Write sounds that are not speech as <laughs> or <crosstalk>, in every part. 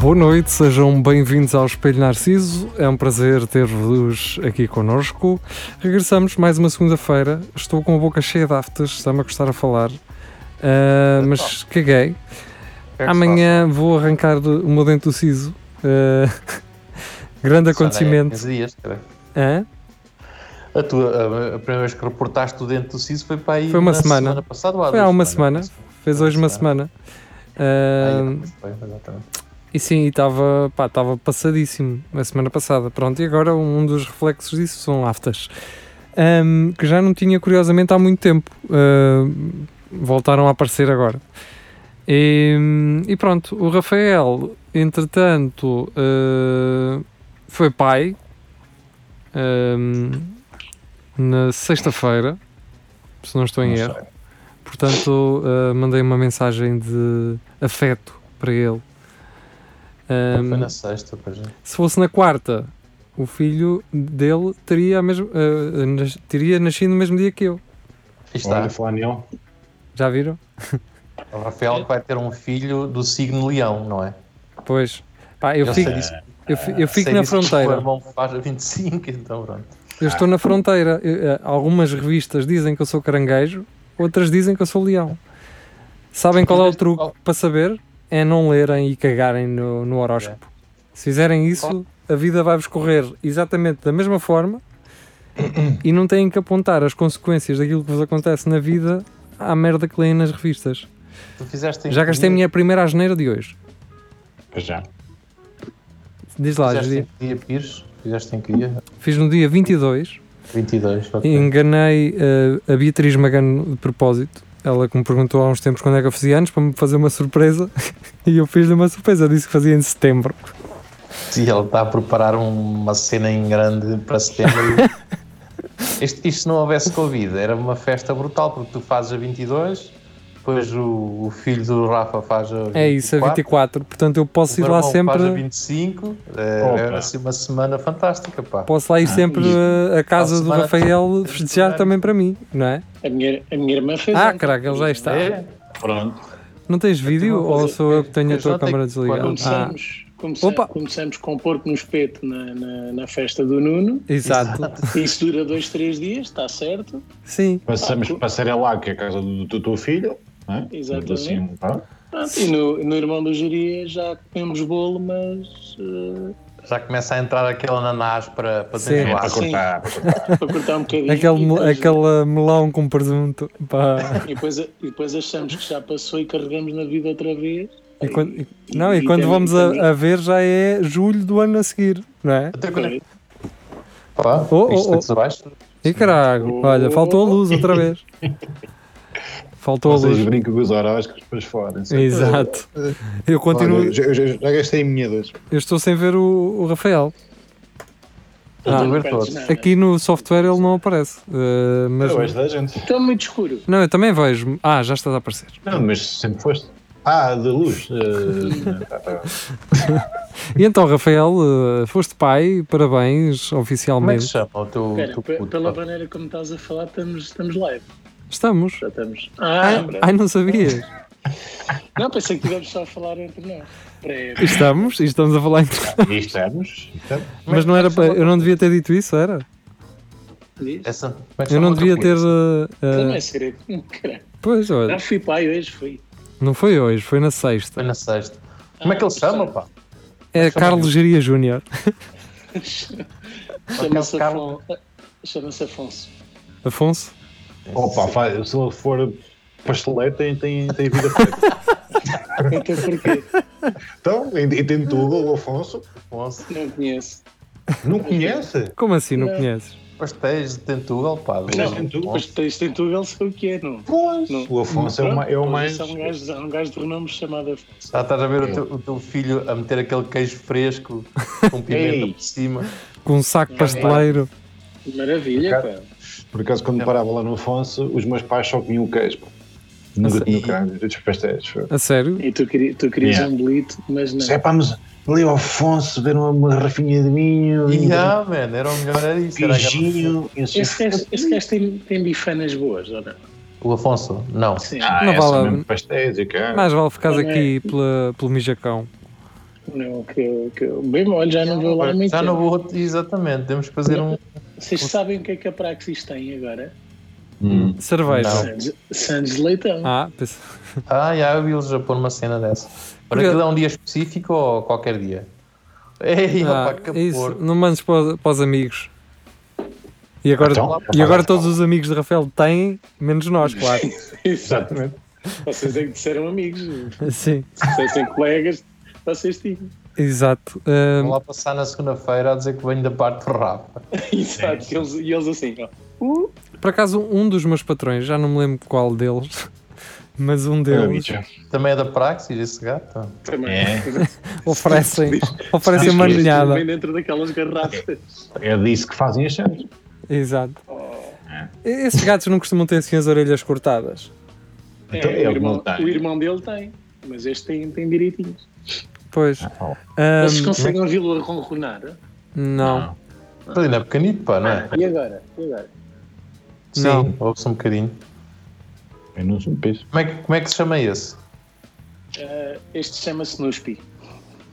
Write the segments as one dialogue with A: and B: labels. A: Boa noite, sejam bem-vindos ao Espelho Narciso. É um prazer ter-vos aqui connosco. Regressamos mais uma segunda-feira. Estou com a boca cheia de aftas, está-me a gostar a falar, Ah, mas caguei.
B: É
A: Amanhã vou arrancar o meu dente do siso. Ah, <laughs> grande é acontecimento.
B: Dias, cara.
A: Hã?
B: a, tua, a, a primeira vez que reportaste o dente do Siso foi para aí
A: Foi uma
B: na
A: semana.
B: passada, ou há
A: Foi há
B: duas
A: uma
B: semanas?
A: Fez hoje uma semana. Ah,
B: Ah, é, foi, exatamente.
A: E sim, estava pá, estava passadíssimo a semana passada. Pronto, e agora um dos reflexos disso são aftas. Ahm, que já não tinha, curiosamente, há muito tempo. Ahm, voltaram a aparecer agora. E, e pronto, o Rafael, entretanto, ah, foi pai ahm, na sexta-feira, se não estou em
B: Não
A: erro. Portanto, ah, mandei uma mensagem de afeto para ele. Ahm,
B: Foi na sexta, pois é.
A: se fosse na quarta, o filho dele teria, a mesma, ah, nas- teria nascido no mesmo dia que eu.
B: Aí está.
C: Olha, falar nele.
A: Já viram?
B: O Rafael que vai ter um filho do signo leão, não é?
A: Pois. Pá, eu, fico,
B: sei disso.
A: eu, fi- eu fico
B: sei
A: na
B: disso porque O meu
A: fronteira.
B: irmão faz a 25, então pronto.
A: Eu estou na fronteira. Eu, eh, algumas revistas dizem que eu sou caranguejo, outras dizem que eu sou leão. Sabem qual é o truque para saber? É não lerem e cagarem no, no horóscopo. Se fizerem isso, a vida vai-vos correr exatamente da mesma forma e não têm que apontar as consequências daquilo que vos acontece na vida à merda que leem nas revistas.
B: Tu fizeste
A: Já gastei a minha primeira asneira de hoje.
C: Pois já.
A: Diz lá,
B: Fizeste em
A: Júlia.
B: que dia, Pires? Fizeste em que dia?
A: Fiz no dia 22
B: 22, ok.
A: Enganei eh, a Beatriz Magano de propósito. Ela que me perguntou há uns tempos quando é que eu fazia anos para me fazer uma surpresa <laughs> e eu fiz-lhe uma surpresa. Disse que fazia em setembro.
B: E ele está a preparar um, uma cena em grande
A: <laughs>
B: para setembro. Este, isto não houvesse Covid, era uma festa brutal, porque tu fazes a 22, depois o, o filho do Rafa faz a 24,
A: É isso, a 24. Portanto, eu posso
B: o
A: ir
B: meu
A: lá
B: irmão faz a
A: sempre.
B: 25, é, era
C: Opa.
B: assim uma semana fantástica, pá.
A: Posso lá ir sempre eh, à casa do
B: semana-
A: Rafael festejar
B: semana.
A: também para mim, não é?
D: A minha, a minha irmã fez.
A: Ah,
D: ontem.
A: caraca, ele já está.
B: É,
C: Pronto.
A: Não tens vídeo ou sou eu que tenho a
B: Pois
A: tua
B: ontem,
A: câmara
B: quando
A: desligada?
D: um
A: Ah,
D: Começamos, comece-
A: Opa.
D: começamos com porco no espeto na, na, na festa do Nuno.
A: exato.
D: Isso dura dois, três dias, está certo.
A: Sim.
D: Ah,
C: Passamos para Sarelá, que é a casa do, do teu filho. Não é?
D: Exatamente.
C: Assim, pá.
D: Pronto, e no, no irmão do Júri já comemos bolo, mas eh,
B: já começa a entrar aquele ananás para, para
A: Sim.
C: É
B: desenrolar.
C: para cortar.
D: para cortar um bocadinho.
A: Aquele,
D: e
A: mel-
D: depois-
A: aquele melão com presunto. pá.
D: E depois, e depois achamos que já passou e carregamos na vida outra vez.
A: E quando- e- não, e quando vamos a, a ver já é julho do ano a seguir, não é?
B: Até quando é
D: Pois,
B: que- pá,
A: Oh, oh,
B: isto
A: oh.
B: aqui abaixo. é
A: E caralho,
D: Oh.
A: olha, faltou a luz outra vez. <laughs> Faltou a
C: Vocês
A: luz.
C: brincam com os horóscopos, depois é fodem-se.
A: Exato. Eu
C: Olha,
A: continuo,
C: eu já, eu já- já gastei a minha dois.
A: eu estou sem ver o, o Rafael.
B: Ah,
D: não
B: ver
D: perdes
B: todos.
D: nada.
A: Aqui no software ele não aparece. eh, mas,
C: Eu gosto da gente.
D: Está muito escuro.
A: não, eu também vejo. Ah, já estás a aparecer.
C: Não, mas sempre foste. Ah, da luz. <laughs> eh, tá, tá.
A: E então, Rafael, eh, foste pai, parabéns
B: Como é que se
A: oficialmente.
B: chama o teu,
D: Espera,
B: teu
D: pe-
B: puto?
D: pela maneira como estás a falar, estamos, estamos live.
A: Estamos.
D: Já estamos.
A: Ai,
D: Ah, pronto.
A: ai, não
D: <laughs>
A: sabias. ah.
D: Não, pensei que estivemos só a falar entre nós. Pré-
A: Estamos, e estamos a falar. em-
C: E é, estamos. estamos.
A: Mas não era para. Eu não devia ter dito isso, era?
D: diz.
B: Essa- como é que
A: Eu
B: se chama
A: não
B: o teu
A: devia
B: puto?
A: ter. eh,
D: Isso
A: eh,
D: não é segredo. <laughs> Caralho.
A: pois, olha.
D: Já fui pai
B: <laughs>
D: hoje, fui.
A: Não foi hoje, foi na sexta.
B: Foi na sexta. Como é que ele se chama, pá?
A: É Carlos Geria Júnior.
D: Chama-se
B: Carlos.
D: Afon... Chama-se Afonso.
A: Afonso?
C: Opa, fa- se ele for pasteleiro, tem, tem, tem vida feita.
D: Então porquê?
C: Então, e, e tem tudo, o Afonso.
B: Afonso,
D: Não conheço.
C: Não conhece?
A: Como assim não
D: Não.
A: conheces?
B: pastéis de Tentugal, pá. do-
C: Pastéis de Tentugal.
D: Mas tens tem tudo, ele sabe o que é, não?
C: Pois.
D: Não.
C: O Afonso é o, ma- é o mais.
D: Há um gajo, há um gajo de renome chamado Afonso.
B: Já estás a
D: é.
B: ver o teu, o teu filho a
D: <laughs>
B: meter aquele queijo fresco com pimenta
C: Ei.
B: por cima.
A: Com um saco pasteleiro.
D: Maravilha, pá.
C: Por acaso, quando parava lá no Afonso, os meus pais só comiam queijo. pá. Nunca tinham carne, dos pastéis. pá.
A: A sério?
D: E tu, queri- tu querias
C: Yeah.
D: um bolito, mas não.
C: Se é pá, mas ali ao Afonso, ver uma, uma garrafinha de vinho, e
B: Yeah, man, era o melhor, era
C: um
B: isso. Era a garrafa.
C: queijinho. e assim,
D: Esse gajo, esse gajo tem, tem bifanas boas, ou não?
B: o Afonso, não.
D: Sim.
C: Ah,
A: Não
C: é só
A: vale-
C: mesmo pastéis e carne.
A: Mais vale ficar
D: Também-
A: aqui pela, pelo mijacão.
D: Não, que, eu- que, eu- bem, olha, já não vou lá há muito
B: Já
D: tempo.
B: não vou. Exatamente, temos que fazer um.
D: Vocês sabem o que é que a Praxis tem agora?
C: Hum.
A: Cerveja.
B: Não.
D: Sandes, Sandes de Leitão.
A: Ah, pensa-
B: Ah, já, eu vi-los a pôr uma cena dessa. Para
A: Porque-
B: aquilo é um dia específico ou qualquer dia? Ei,
A: Ah,
B: opa,
A: é
B: que
A: isso.
B: porco.
A: Não mandes para, os- para os amigos. E agora,
C: Então,
A: e agora
C: então.
A: todos os amigos de Rafael têm, menos nós, claro.
D: Exato.
C: Exatamente.
D: Vocês é que disseram amigos,
A: Sim,
D: vocês têm colegas,
C: <laughs>
D: vocês tinham.
A: exato. Ah,
B: Vou lá passar na segunda-feira a dizer que venho da parte do Rafa.
D: Exato, que eles, e eles assim, ó.
A: Por acaso, um dos meus patrões, já não me lembro qual deles, <laughs> mas um deles
B: Também é da Praxis, esse gato?
D: Também.
C: É.
A: oferecem, oferecem
C: Diz
A: uma
C: que este
A: ninhada.
D: Bem dentro daquelas garrafas. Oh,
C: É disso que fazem as chaves.
A: Exato. Esses gatos não costumam ter assim as orelhas cortadas.
C: Então,
D: É,
C: ele
D: o, irmão,
C: não tem.
D: o irmão dele tem, mas este tem, tem direitinhos.
A: Pois.
C: bom.
A: Ah,
D: Vocês conseguem ouvi-lo a ronronar?
A: não.
B: Ele não é pequenito, pá, não é?
D: E agora? E agora?
A: Não.
B: Sim, ouve-se um bocadinho.
C: Eu não sou um peixe.
B: Como é, que, como é que se chama esse?
D: Ah, este chama-se Nuspi.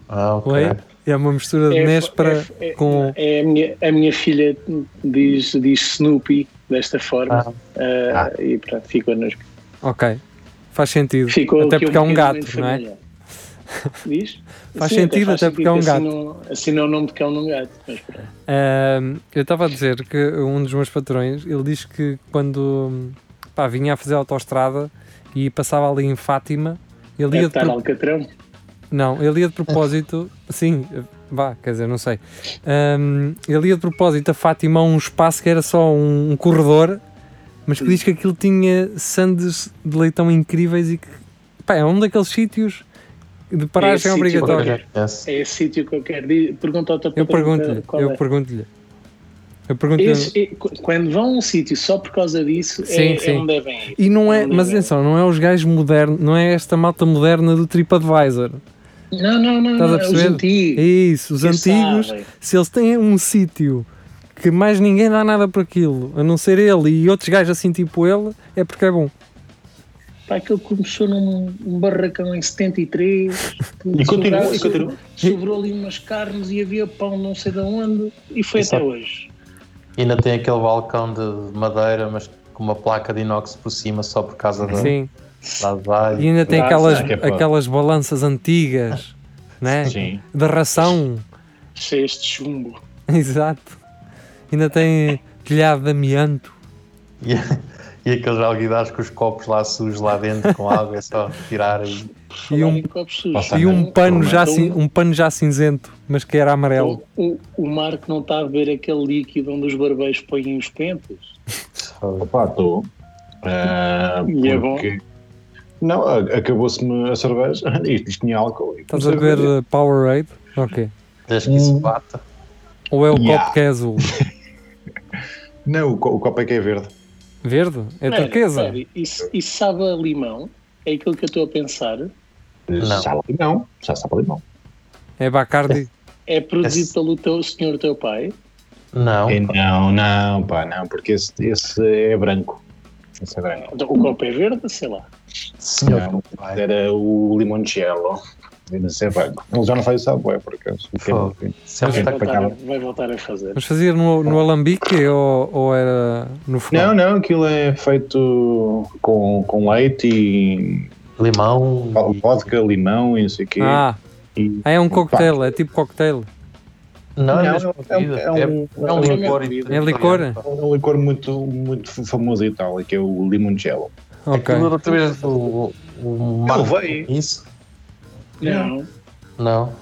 B: Ah, ok.
A: Oi? É uma mistura de
D: É-
A: Nespera
D: é- é-
A: com.
D: É a, minha, a minha filha diz, diz Snoopy desta forma ah, e pronto, ficou Nuspi.
A: Ok. Faz sentido.
D: Ficou
A: até
D: aqui
A: porque é um gato,
D: bocadinho
A: não é?
D: familiar. Diz?
A: Faz sentido, até porque é um gato.
D: gato. Assim não é o nome de cão num gato, mas pronto.
A: Ahm, eu estava a dizer que um dos meus patrões, ele diz que quando pá, vinha a fazer a autoestrada e passava ali em Fátima, ele
D: Deve
A: ia de,
D: estar
A: pro-
D: Alcatrão.
A: não, ele ia de propósito, sim, vá, quer dizer, não sei. Ahm, ele ia de propósito a Fátima a um espaço que era só um, um corredor, mas que diz que aquilo tinha sandes de leitão incríveis e que pá, é um daqueles sítios de paragem
D: sítio
A: obrigatória.
D: qualquer.
B: Esse.
D: É esse sítio que eu quero dizer. Pergunta ao teu
A: Eu
D: patrão
A: pergunto-lhe,
D: qual
A: eu
D: é.
A: pergunto-lhe. Eu pergunto-lhe.
D: Esse- e- qu- quando vão a um sítio só por causa disso,
A: Sim,
D: é,
A: sim.
D: é onde devem ir.
A: E não é,
D: Não
A: mas
D: é.
A: atenção, não é os gajos modernos, não é esta malta moderna do TripAdvisor.
D: Não, não, não,
A: Estás a
D: não é os
A: perceber? É
D: antigos.
A: isso, os
D: que
A: antigos,
D: sabem.
A: se eles têm um sítio que mais ninguém dá nada por aquilo, a não ser ele e outros gajos assim tipo ele, é porque é bom.
D: Pá, aquilo começou num um barracão em 73.
C: E continua,
D: sobrou-
C: e continua.
D: Sobrou ali umas carnes e havia pão não sei de onde. E foi
B: Exato.
D: até hoje.
B: E ainda tem aquele balcão de de madeira, mas com uma placa de inox por cima só por causa da.
A: Sim.
B: da- da-
A: E ainda tem
D: Ah,
A: aquelas,
C: sim, é pá.
A: aquelas balanças
C: <laughs>
A: antigas, né?
C: Sim.
A: Da ração. <laughs>
D: Cheias de chumbo.
A: Exato. Ainda tem telhado de amianto.
B: <laughs> E, e aqueles alguidares com os copos lá sujos lá dentro com água, é só tirar e.
A: E um-
D: Falar em copos sujos.
C: Passa
A: E um pano, já,
D: Então,
A: cin- um pano já cinzento, mas que era amarelo.
D: o, o, o Marco não está a ver aquele líquido onde os barbeiros põem os pentes?
C: Opa, estou. Ah,
D: E é bom?
C: Não, a- acabou-se-me a cerveja <laughs> e isto tinha álcool. e
A: Estás a
C: comecei
A: ver
C: beber.
A: uh, Powerade? Ok.
B: Deixa que isso bata.
A: Ou é o
C: Yeah.
A: copo que é azul? uh,
C: Não, o, co- o copo é que é verde.
A: Verde? É
D: Espera,
A: turquesa?
D: espera, Isso, isso sabe a limão? É aquilo que eu estou a pensar.
B: Não.
C: Já sabe limão. Já sabe limão.
A: É Bacardi?
D: É produzido
B: Esse-
D: pelo teu senhor teu pai?
B: Não.
C: É, não, não, pá, não, porque esse, esse é branco. Esse é branco.
D: Então, O copo é verde, sei lá.
B: Senhor,
C: Não.
B: vai.
C: Era o limoncello. Devia ser branco. Ele já não faz o sabué, por acaso.
B: Fogo. Sempre
D: Vai
C: Sim.
B: está
D: voltar, a-
C: Espetacular.
D: vai voltar a fazer.
A: Mas fazia no, no alambique ou, ou era no
C: Não,
A: fogão?
C: não, aquilo é feito com, com leite e
B: com limão.
C: vodka, limão e não sei o quê.
A: Ah,
C: E-
A: ah, é um cocktail, é tipo cocktail.
B: Não, é,
C: Não,
B: mesmo
C: é um-
B: bebida.
C: é um-
B: é um
C: é um-
B: licor.
A: É licor?
C: um licor muito, muito famoso em Itália, que é o limoncello.
D: É
A: Ok.
B: Aquilo outra vez o, o Marco-
C: veio.
B: Isso?
D: Não,
B: Não.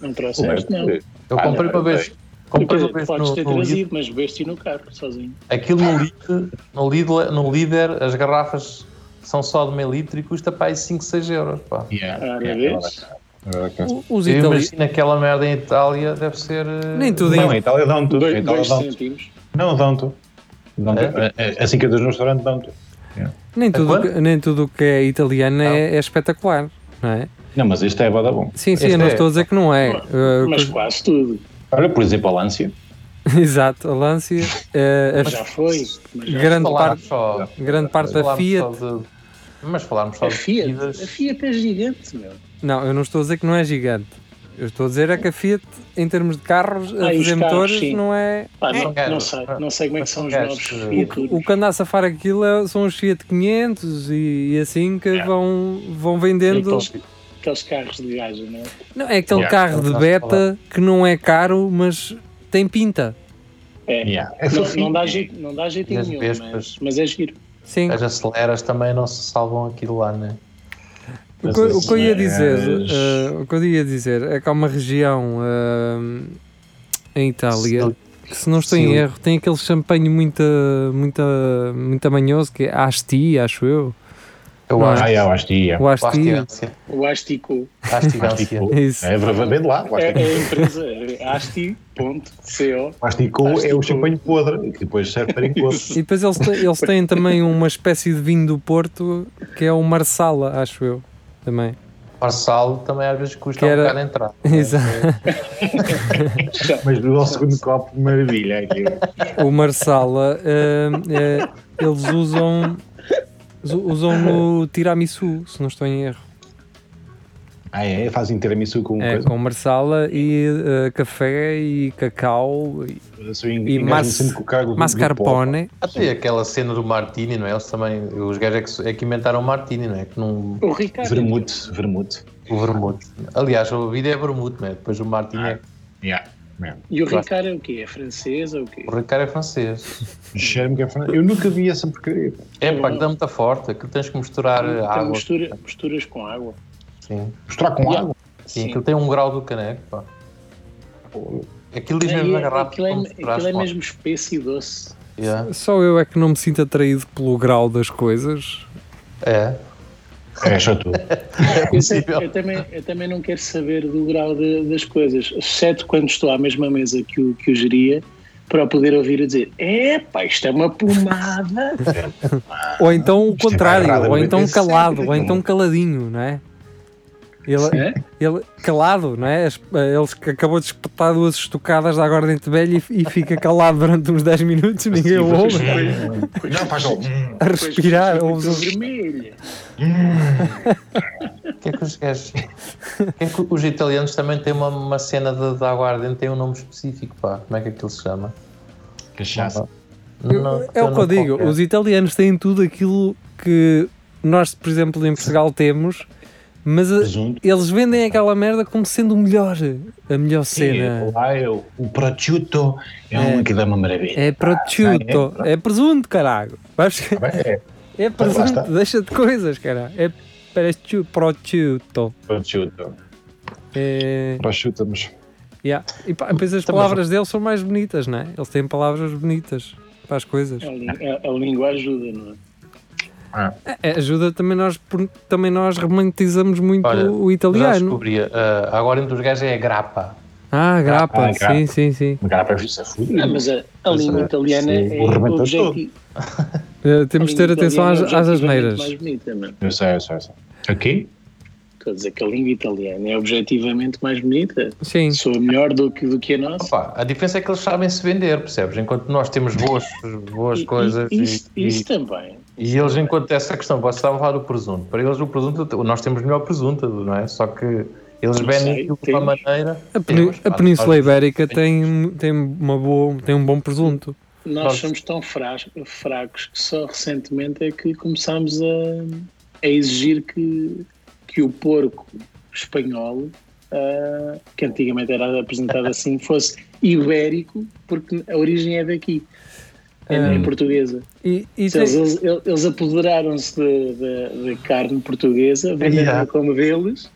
D: não trouxeste, não.
B: Eu
C: Ah,
B: comprei
C: não,
B: uma vez.
C: veio.
B: Comprei uma
D: Porque
B: vez
D: Podes
B: no,
D: ter
B: no Lidl.
D: trazido, mas bebeste no carro, sozinho.
B: Aquilo no Lidl, no Lidl, no Líder, as garrafas são só de meio litro e custa para aí 5, 6 euros. Pá.
C: Yeah,
D: Ah,
C: yeah,
D: não vês?
C: agora tá. cá.
A: O- Os
B: Eu
A: italianos.
B: imagino aquela merda em Itália deve ser. eh,
A: Nem tudo
C: Não,
A: em.
C: em Itália dão tudo. Em
D: Dois,
C: Itália
D: dois
C: dão tudo.
D: cêntimos.
C: Não, dão-te. Dão-te.
B: É,
C: Assim que andas no restaurante, dão-te.
D: É
A: Nem tudo, o
B: quando?
A: que- nem tudo o que é italiano é, é espetacular, não é?
C: Não, mas isto é bada bom.
A: Sim, sim,
B: Este
A: eu não
B: é.
A: estou a dizer que não é. Uh,
D: Mas
A: co-
D: quase tudo.
C: Olha, por exemplo, a Lancia.
A: <laughs> Exato, a Lancia, uh,
D: Mas já foi. Mas já
A: grande, parte,
B: Falarmos só,
A: grande parte da
B: falarmos
A: Fiat.
B: só de- mas falarmos só
D: A
B: de
D: É Fiat,
B: bebidas.
D: a Fiat é gigante, meu.
A: Não, eu não estou a dizer que não é gigante. Eu estou a dizer é que a Fiat, em termos de carros, a
D: Ah, e os
A: fazer
D: carros,
A: motores,
D: sim.
A: não é.
D: Pá,
B: É.
D: não, não sei, não sei como é que são os novos
A: O,
D: Fiat
A: que-
D: Uno.
A: o que anda a safar aquilo é- são os Fiat 500 e, e assim que
D: É.
A: vão, vão vendendo.
D: Aqueles, aqueles carros de gajo, não é?
A: Não, é aquele
C: Yeah,
A: carro de
B: estamos a
A: beta que não é caro, mas tem pinta.
D: É.
C: Yeah. É
D: Não,
C: fofinho.
D: não dá jeito, não dá jeito
B: E as
D: nenhum,
B: Vespas?
D: mas, mas é giro.
A: Sim.
B: As aceleras também não se salvam aquilo lá, né?
A: O que, o que eu ia dizer,
C: Mas-
A: eh, o que eu ia dizer é que há uma região eh, em Itália que, se não estou em
B: Sicília.
A: erro, tem aquele champanhe muito, muito, muito manhoso que é Asti, acho eu.
B: Eu
A: Não
B: acho.
C: Ah, é, eu acho que ia.
A: O
B: Acho que
A: Asti. é.
D: O Astico
A: <laughs>
B: Acho que
C: Mastico.
A: Isso.
C: É, vai- vai- vem de lá. o
D: é, é
C: Astico.
D: a empresa é asti.co.
C: Mastico é
D: Mastico.
C: o champanhe podre, que depois serve para encontro.
A: E depois eles, te- eles têm também uma espécie de vinho do Porto que é o Marsala, acho eu. Também.
B: Parçalo também às vezes custa
A: Que era-
B: um
A: <laughs>
B: bocado entrar.
A: É. Exato.
C: Mas no nosso segundo copo, maravilha. aquilo.
A: O Marsala, eh, eh, eles usam, us- usam no tiramisu, se não estou em erro.
C: Ah, é? Fazem tiramisu com
A: É,
C: coisa.
A: com marsala e eh, café e cacau e
C: Assim,
A: e
C: engajam-me
A: mas-
C: sempre com o cargo do- do
A: mascarpone.
B: Até aquela cena do Martini, não é? Eles também, os gajos é que, é que inventaram o Martini, não é? Que não,
D: O é-
C: pó.
D: Ricardo.
C: Vermute, vermute.
B: o vermute. Aliás, a bebida é vermute, não é? Depois o Martini é.
C: Yeah. Man.
D: E o Ricardo é o quê? É francês ou o quê?
B: O Ricardo é francês.
C: Cheira-me que é frango. Eu nunca vi essa porcaria.
B: É, pá, que dá muito forte. Aquilo tens que misturar
D: Então,
B: é água.
D: mistura, misturas com água.
B: Sim.
C: Mostrar com
D: Yeah.
C: água.
B: Sim, aquilo tem um grau do caneco, pá. Aquilo diz mesmo
D: Aí
B: na
D: é-
B: garrafa.
D: aquilo é,
B: como
D: aquilo é
B: misturaste, pá.
D: mesmo espécie doce.
B: Yeah.
A: Só eu é que não me sinto atraído pelo grau das coisas.
B: É.
C: É, só
A: <laughs>
C: tu.
D: Eu, sei-
B: possível.
D: eu também, eu também não quero saber do grau de- das coisas, exceto quando estou à mesma mesa que o, que o geria, para o poder ouvir a dizer: epá, isto é uma pomada.
A: Ou então o contrário,
C: errado,
A: ou então
C: mas-
A: calado, ou então caladinho, não é? Ele,
D: É?
A: ele- calado, não é? As- Ele es- acabou de espetar duas estocadas de agora dentro velho e, e fica calado durante uns 10 minutos, ninguém o ouve. é.
C: Não, faz só. hum,
A: A respirar, um
D: Pois,
A: ouve
D: vermelha.
B: O que é que os gajos. o que é que os italianos também têm uma, uma cena de, de aguardente, tem um nome específico, pá. Como é que aquilo se chama?
C: Cachaça.
B: Não-
A: É o
B: não
A: que eu digo,
B: qualquer.
A: os italianos têm tudo aquilo que nós, por exemplo, em Portugal temos, mas a-
C: Presunto.
A: eles vendem aquela merda como sendo o melhor, a melhor cena.
C: Lá é o, o prosciutto é, um que Ah, dá uma maravilha.
A: É prosciutto, é presunto, caralho. Vais-
C: É.
A: É
C: lá está.
A: presunto, deixa de coisas, caralho. É presciu- prosciutto.
C: Prosciutto.
A: É,
C: Prosciutto, tipo mas
A: yeah. E pá, depois as palavras deles são mais bonitas, não é? Eles têm palavras bonitas para as coisas.
D: A, lin- a- a língua ajuda, não é?
A: É, ajuda também nós, por- também nós romantizamos muito
B: Olha,
A: o
B: Já
A: italiano.
B: descobri, ah, agora entre os gajos é a grapa.
A: Ah, grapa,
C: Ah, grapa.
A: sim, sim, sim.
C: um cara para ver se é fudido.
D: Não, mas a, a língua
C: é-
D: italiana
C: sim,
D: é
C: o rebentou todo.
D: objeti-
A: Eh,
D: a
A: temos de
D: língua
A: ter atenção às,
D: italiana é
A: às
D: objetivamente
A: asneiras.
D: mais bonita, não é?
C: Eu sei, eu sei, eu sei. Aqui?
D: Estou a dizer que a língua italiana é objetivamente mais bonita.
A: Sim,
D: Sou melhor do que, do que a nossa.
B: Opa, a diferença é que eles sabem se vender, percebes? Enquanto nós temos boas, boas
D: E-
B: coisas
D: e-
B: e,
D: Isso,
B: e-
D: isso também.
B: e eles, enquanto essa questão, você estava a falar do presunto. Para eles, o presunto, nós temos melhor presunto, não é? Só que eles
D: Não
B: vendem
D: sei,
B: aquilo de uma
D: temos.
B: maneira.
A: a, peni-
B: Temos,
A: a
B: pá,
A: Península é
B: nós-
A: Ibérica tem, um, tem, uma boa, tem um bom presunto.
D: Nós
B: Nós-
D: somos tão fras- fracos que só recentemente é que começámos a, a exigir que, que o porco espanhol, ah, que antigamente era apresentado assim, fosse ibérico, porque a origem é daqui, é, é
A: Ah. é
D: portuguesa.
A: E, e
D: Se Eles,
A: tem-
D: eles, eles apoderaram-se da- da da carne portuguesa, venderam
B: Yeah.
D: como deles,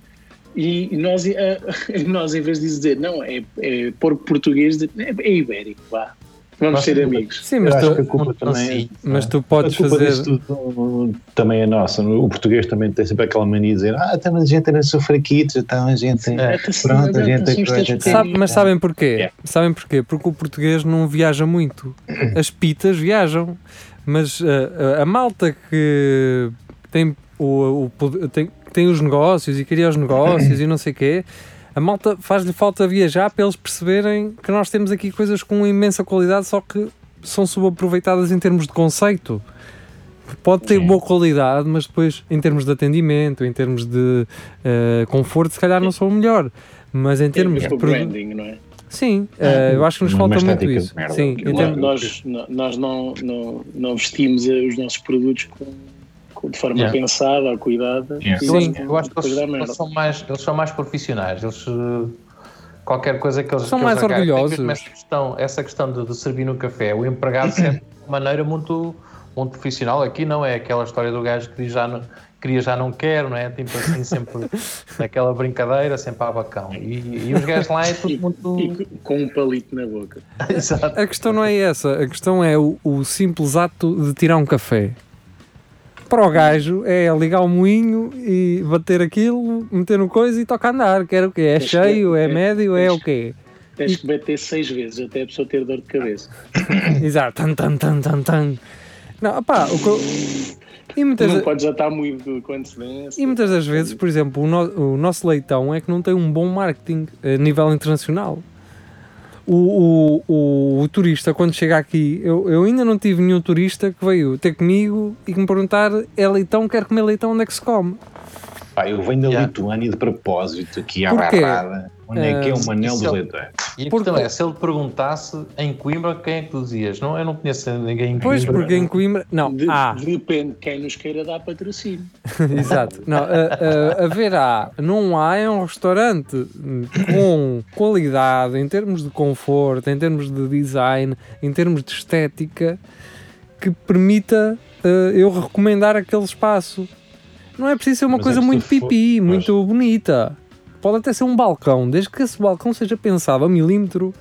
D: e nós, <laughs> ah, nós, em vez de dizer não, é, é porco português, dizer, é, é ibérico, vá. Vamos
C: Nós
D: ser
C: temos-
D: amigos.
A: Sim,
C: Eu
A: mas
C: acho que a
A: tu,
C: culpa também é
B: sei.
A: mas tu
C: a
A: podes
C: culpa disto
A: fazer.
C: tudo, hum, também é nossa. O português também tem sempre aquela mania de dizer ah, então a gente era sofraquitos, então a gente...
B: É.
D: Até se-
C: Pronto, a gente
D: até se
C: é
D: os teus
C: coisa-
D: pequenos-
A: Sabe- mas sabem porquê?
C: Yeah.
A: Sabem porquê? Porque o português não viaja muito. As pitas viajam, mas ah, a, a malta que tem, o, o pod- tem, tem os negócios e cria os negócios e não sei o quê, a malta faz-lhe falta viajar para eles perceberem que nós temos aqui coisas com imensa qualidade, só que são subaproveitadas em termos de conceito. Pode ter boa qualidade, mas depois, em termos de atendimento, em termos de ah, conforto, se calhar não são o melhor. Mas em termos
D: É
A: de
D: o
A: produto,
D: branding, não é?
A: Sim, eh, eu acho que nos
C: É, Uma
A: falta muito
C: estética de
A: isso.
C: merda,
A: Sim,
C: aquilo
A: em
C: lá.
A: termos-
D: Nós, nós não, não, não vestimos eh, os nossos produtos com- com- de forma
B: Yeah.
D: pensada ou cuidada.
C: Yeah.
D: E
B: Eu acho,
D: depois
B: eu acho que eles,
D: dá
B: eles
D: merda.
B: são mais, eles são mais profissionais. Eles, eh, qualquer coisa que eles
A: São
B: que
A: mais
B: eles agarrem-
A: orgulhosos.
B: mesmo Essa questão, essa questão de, de servir no café, o empregado serve de uma maneira muito, muito profissional. Aqui não é aquela história do gajo que diz já não, queria, já não quero, não é? Tipo
A: <laughs>
B: assim, sempre naquela brincadeira, sempre a bacão. E, e os gajos lá é tudo muito.
D: E com um palito na boca.
B: <laughs> Exato.
A: A questão não é essa, a questão é o, o simples ato de tirar um café. Para o gajo é ligar o moinho e bater aquilo, meter no coisa e toca a andar. Quer o quê? É
D: Tens que-
A: cheio, é
D: é-
A: médio, é
D: tens-
A: o quê?
D: Tens que bater seis vezes até a pessoa ter dor de cabeça.
A: Exato, tan tan tan tan tan. Não, opá, o que eu- e muitas
D: não
A: ve-
D: pode já estar moído com antecedência.
A: E muitas das vezes, por exemplo, o, no- o nosso leitão é que não tem um bom marketing a nível internacional. O, o- o- o turista, quando chega aqui, eu, eu ainda não tive nenhum turista que veio ter comigo e que me perguntar: é leitão, quer comer leitão, onde é que se come?
C: Pá, eu venho da
B: Yeah.
C: Lituânia de propósito, aqui à
A: Porquê? Eh,
C: barrada. Onde é que é o Manel
B: isso é-
C: dos Leitões?
B: E a
A: Porque-
B: questão é, se ele perguntasse em Coimbra, quem é que tu dizias? Não, eu não conheço ninguém em Coimbra.
A: Pois, porque em Coimbra. Não, Ah.
D: De-
A: há.
D: Depende de quem nos queira dar patrocínio.
A: Exato. Não, a, a, a ver há, não há é um restaurante com qualidade, em termos de conforto, em termos de design, em termos de estética, que permita eh, eu recomendar aquele espaço. Não é preciso ser uma
C: Mas
A: coisa
C: antes
A: muito
C: de fo-
A: pipi, muito bonita. Pode até ser um balcão, desde que esse balcão seja pensado a milímetro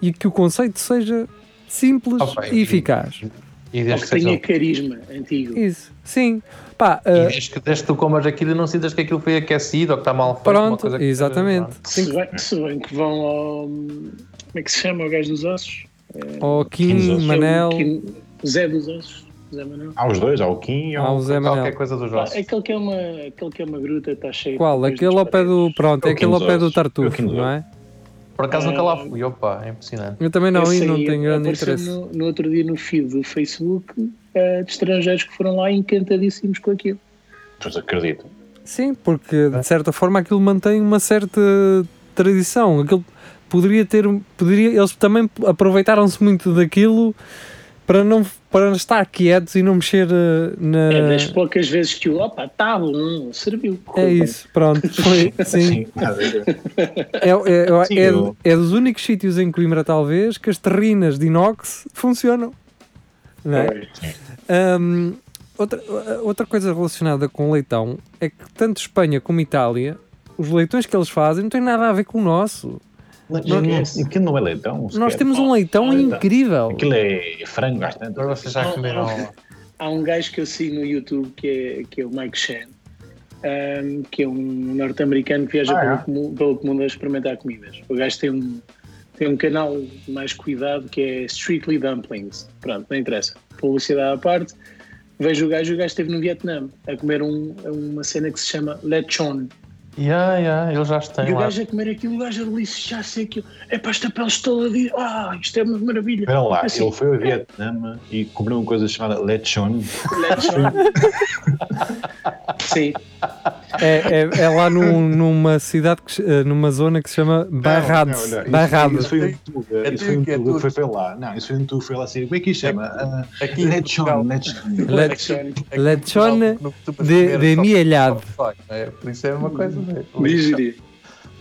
A: e que o conceito seja simples
B: Ah, bem,
A: e eficaz.
B: E
D: Ou
B: desde
D: que
B: que seja um
D: tenha carisma antigo.
A: Isso, sim. Pá, eh,
B: E desde que, desde que tu comas aquilo e não sintas que aquilo foi aquecido ou que está mal feito. uma
A: pronto,
B: coisa que-
A: exatamente. Tem
D: Se bem, se bem que vão ao. Como é que se chama o gajo dos ossos?
A: Ó,
C: Kim
A: Kim,
C: Zossi.
A: Manel,
D: Kim- Zé dos ossos. Zé Manel.
C: Há os dois, há o Kim e há
A: há
C: o...
A: o Zé
B: Qualquer
A: Manel.
B: coisa dos
D: Pá,
B: ossos.
D: Aquele que é uma, aquele que é uma gruta está cheio.
A: Qual?
D: de coisas
A: Aquele ao pé do.
D: diferentes.
A: Pronto, é
C: É o Kim
A: aquele ao pé do
C: Zossi. É o
A: Tartufo,
C: Kim
A: não é?
B: Por acaso nunca lá
D: Ah.
B: fui, opa, é impressionante.
A: Eu também não,
D: Esse
A: e não
D: aí
A: tenho grande
D: apareceu
A: interesse.
D: No, no outro dia no feed do Facebook eh, de estrangeiros que foram lá encantadíssimos com aquilo.
C: Pois acredito.
A: Sim, porque de certa forma aquilo mantém uma certa tradição. Aquilo poderia ter. Poderia, eles também aproveitaram-se muito daquilo para não, para estar quietos e não mexer eh, na.
D: É das poucas vezes que o opa, tá bom, serviu.
A: É isso, pronto. Foi,
D: <laughs>
A: sim.
C: nada a ver.
A: É,
C: <laughs>
A: é- é-
C: Sim,
A: é-
C: eu-
A: é dos únicos sítios em Coimbra, talvez, que as terrinas de inox funcionam. Não é? Hum, outra, outra coisa relacionada com leitão é que tanto Espanha como Itália, os leitões que eles fazem não têm nada a ver com o nosso.
C: Mas não- Aquilo não é leitão.
A: Nós
C: sequer.
A: temos um leitão
C: leitão.
A: incrível.
C: Aquilo é frango, às tantas.
B: Agora vocês já comeram.
D: Há um gajo que eu sigo no YouTube que é, que é o Mike Shan, ahm, que é um norte-americano que viaja
C: Ah,
D: pelo,
C: é?
D: comu- pelo mundo a experimentar comidas. O gajo tem um, tem um canal mais cuidado que é Strictly Dumplings. Pronto, não interessa. Publicidade à parte. Vejo o gajo, o gajo esteve no Vietnã a comer um- uma cena que se chama lechon.
B: Yeah, yeah, eles já estão
D: E o
B: lá.
D: gajo a comer aquilo, o gajo é a deliciar-se aquilo. É para esta pele estaladinha. Ah, isto é uma maravilha.
C: Espera lá,
D: Assim,
C: ele foi ao Vietnã e cobrou uma coisa chamada lechon.
D: lechon. Sim.
A: É, é- é lá num- numa cidade, que se- eh, numa zona que se chama Barrados.
C: Não, não, não. Isso-
A: Barrados.
C: Isso foi um tuga,
B: É
C: isso foi um
B: tuga, é
C: tuga que
B: tuga.
C: foi para lá. Não, isso foi um tuga que foi lá assim. Como é que isto chama? Ah,
B: Aqui em Portugal-
C: Lechon, lechon.
A: Le-
D: Lechon.
B: aqui em
A: lechon
B: Portugal, não costumas
A: de-
B: comer
A: de Hum.
B: só-
A: mielhado.
B: só só, não é? Por isso é uma coisa. não é?
D: Digerir.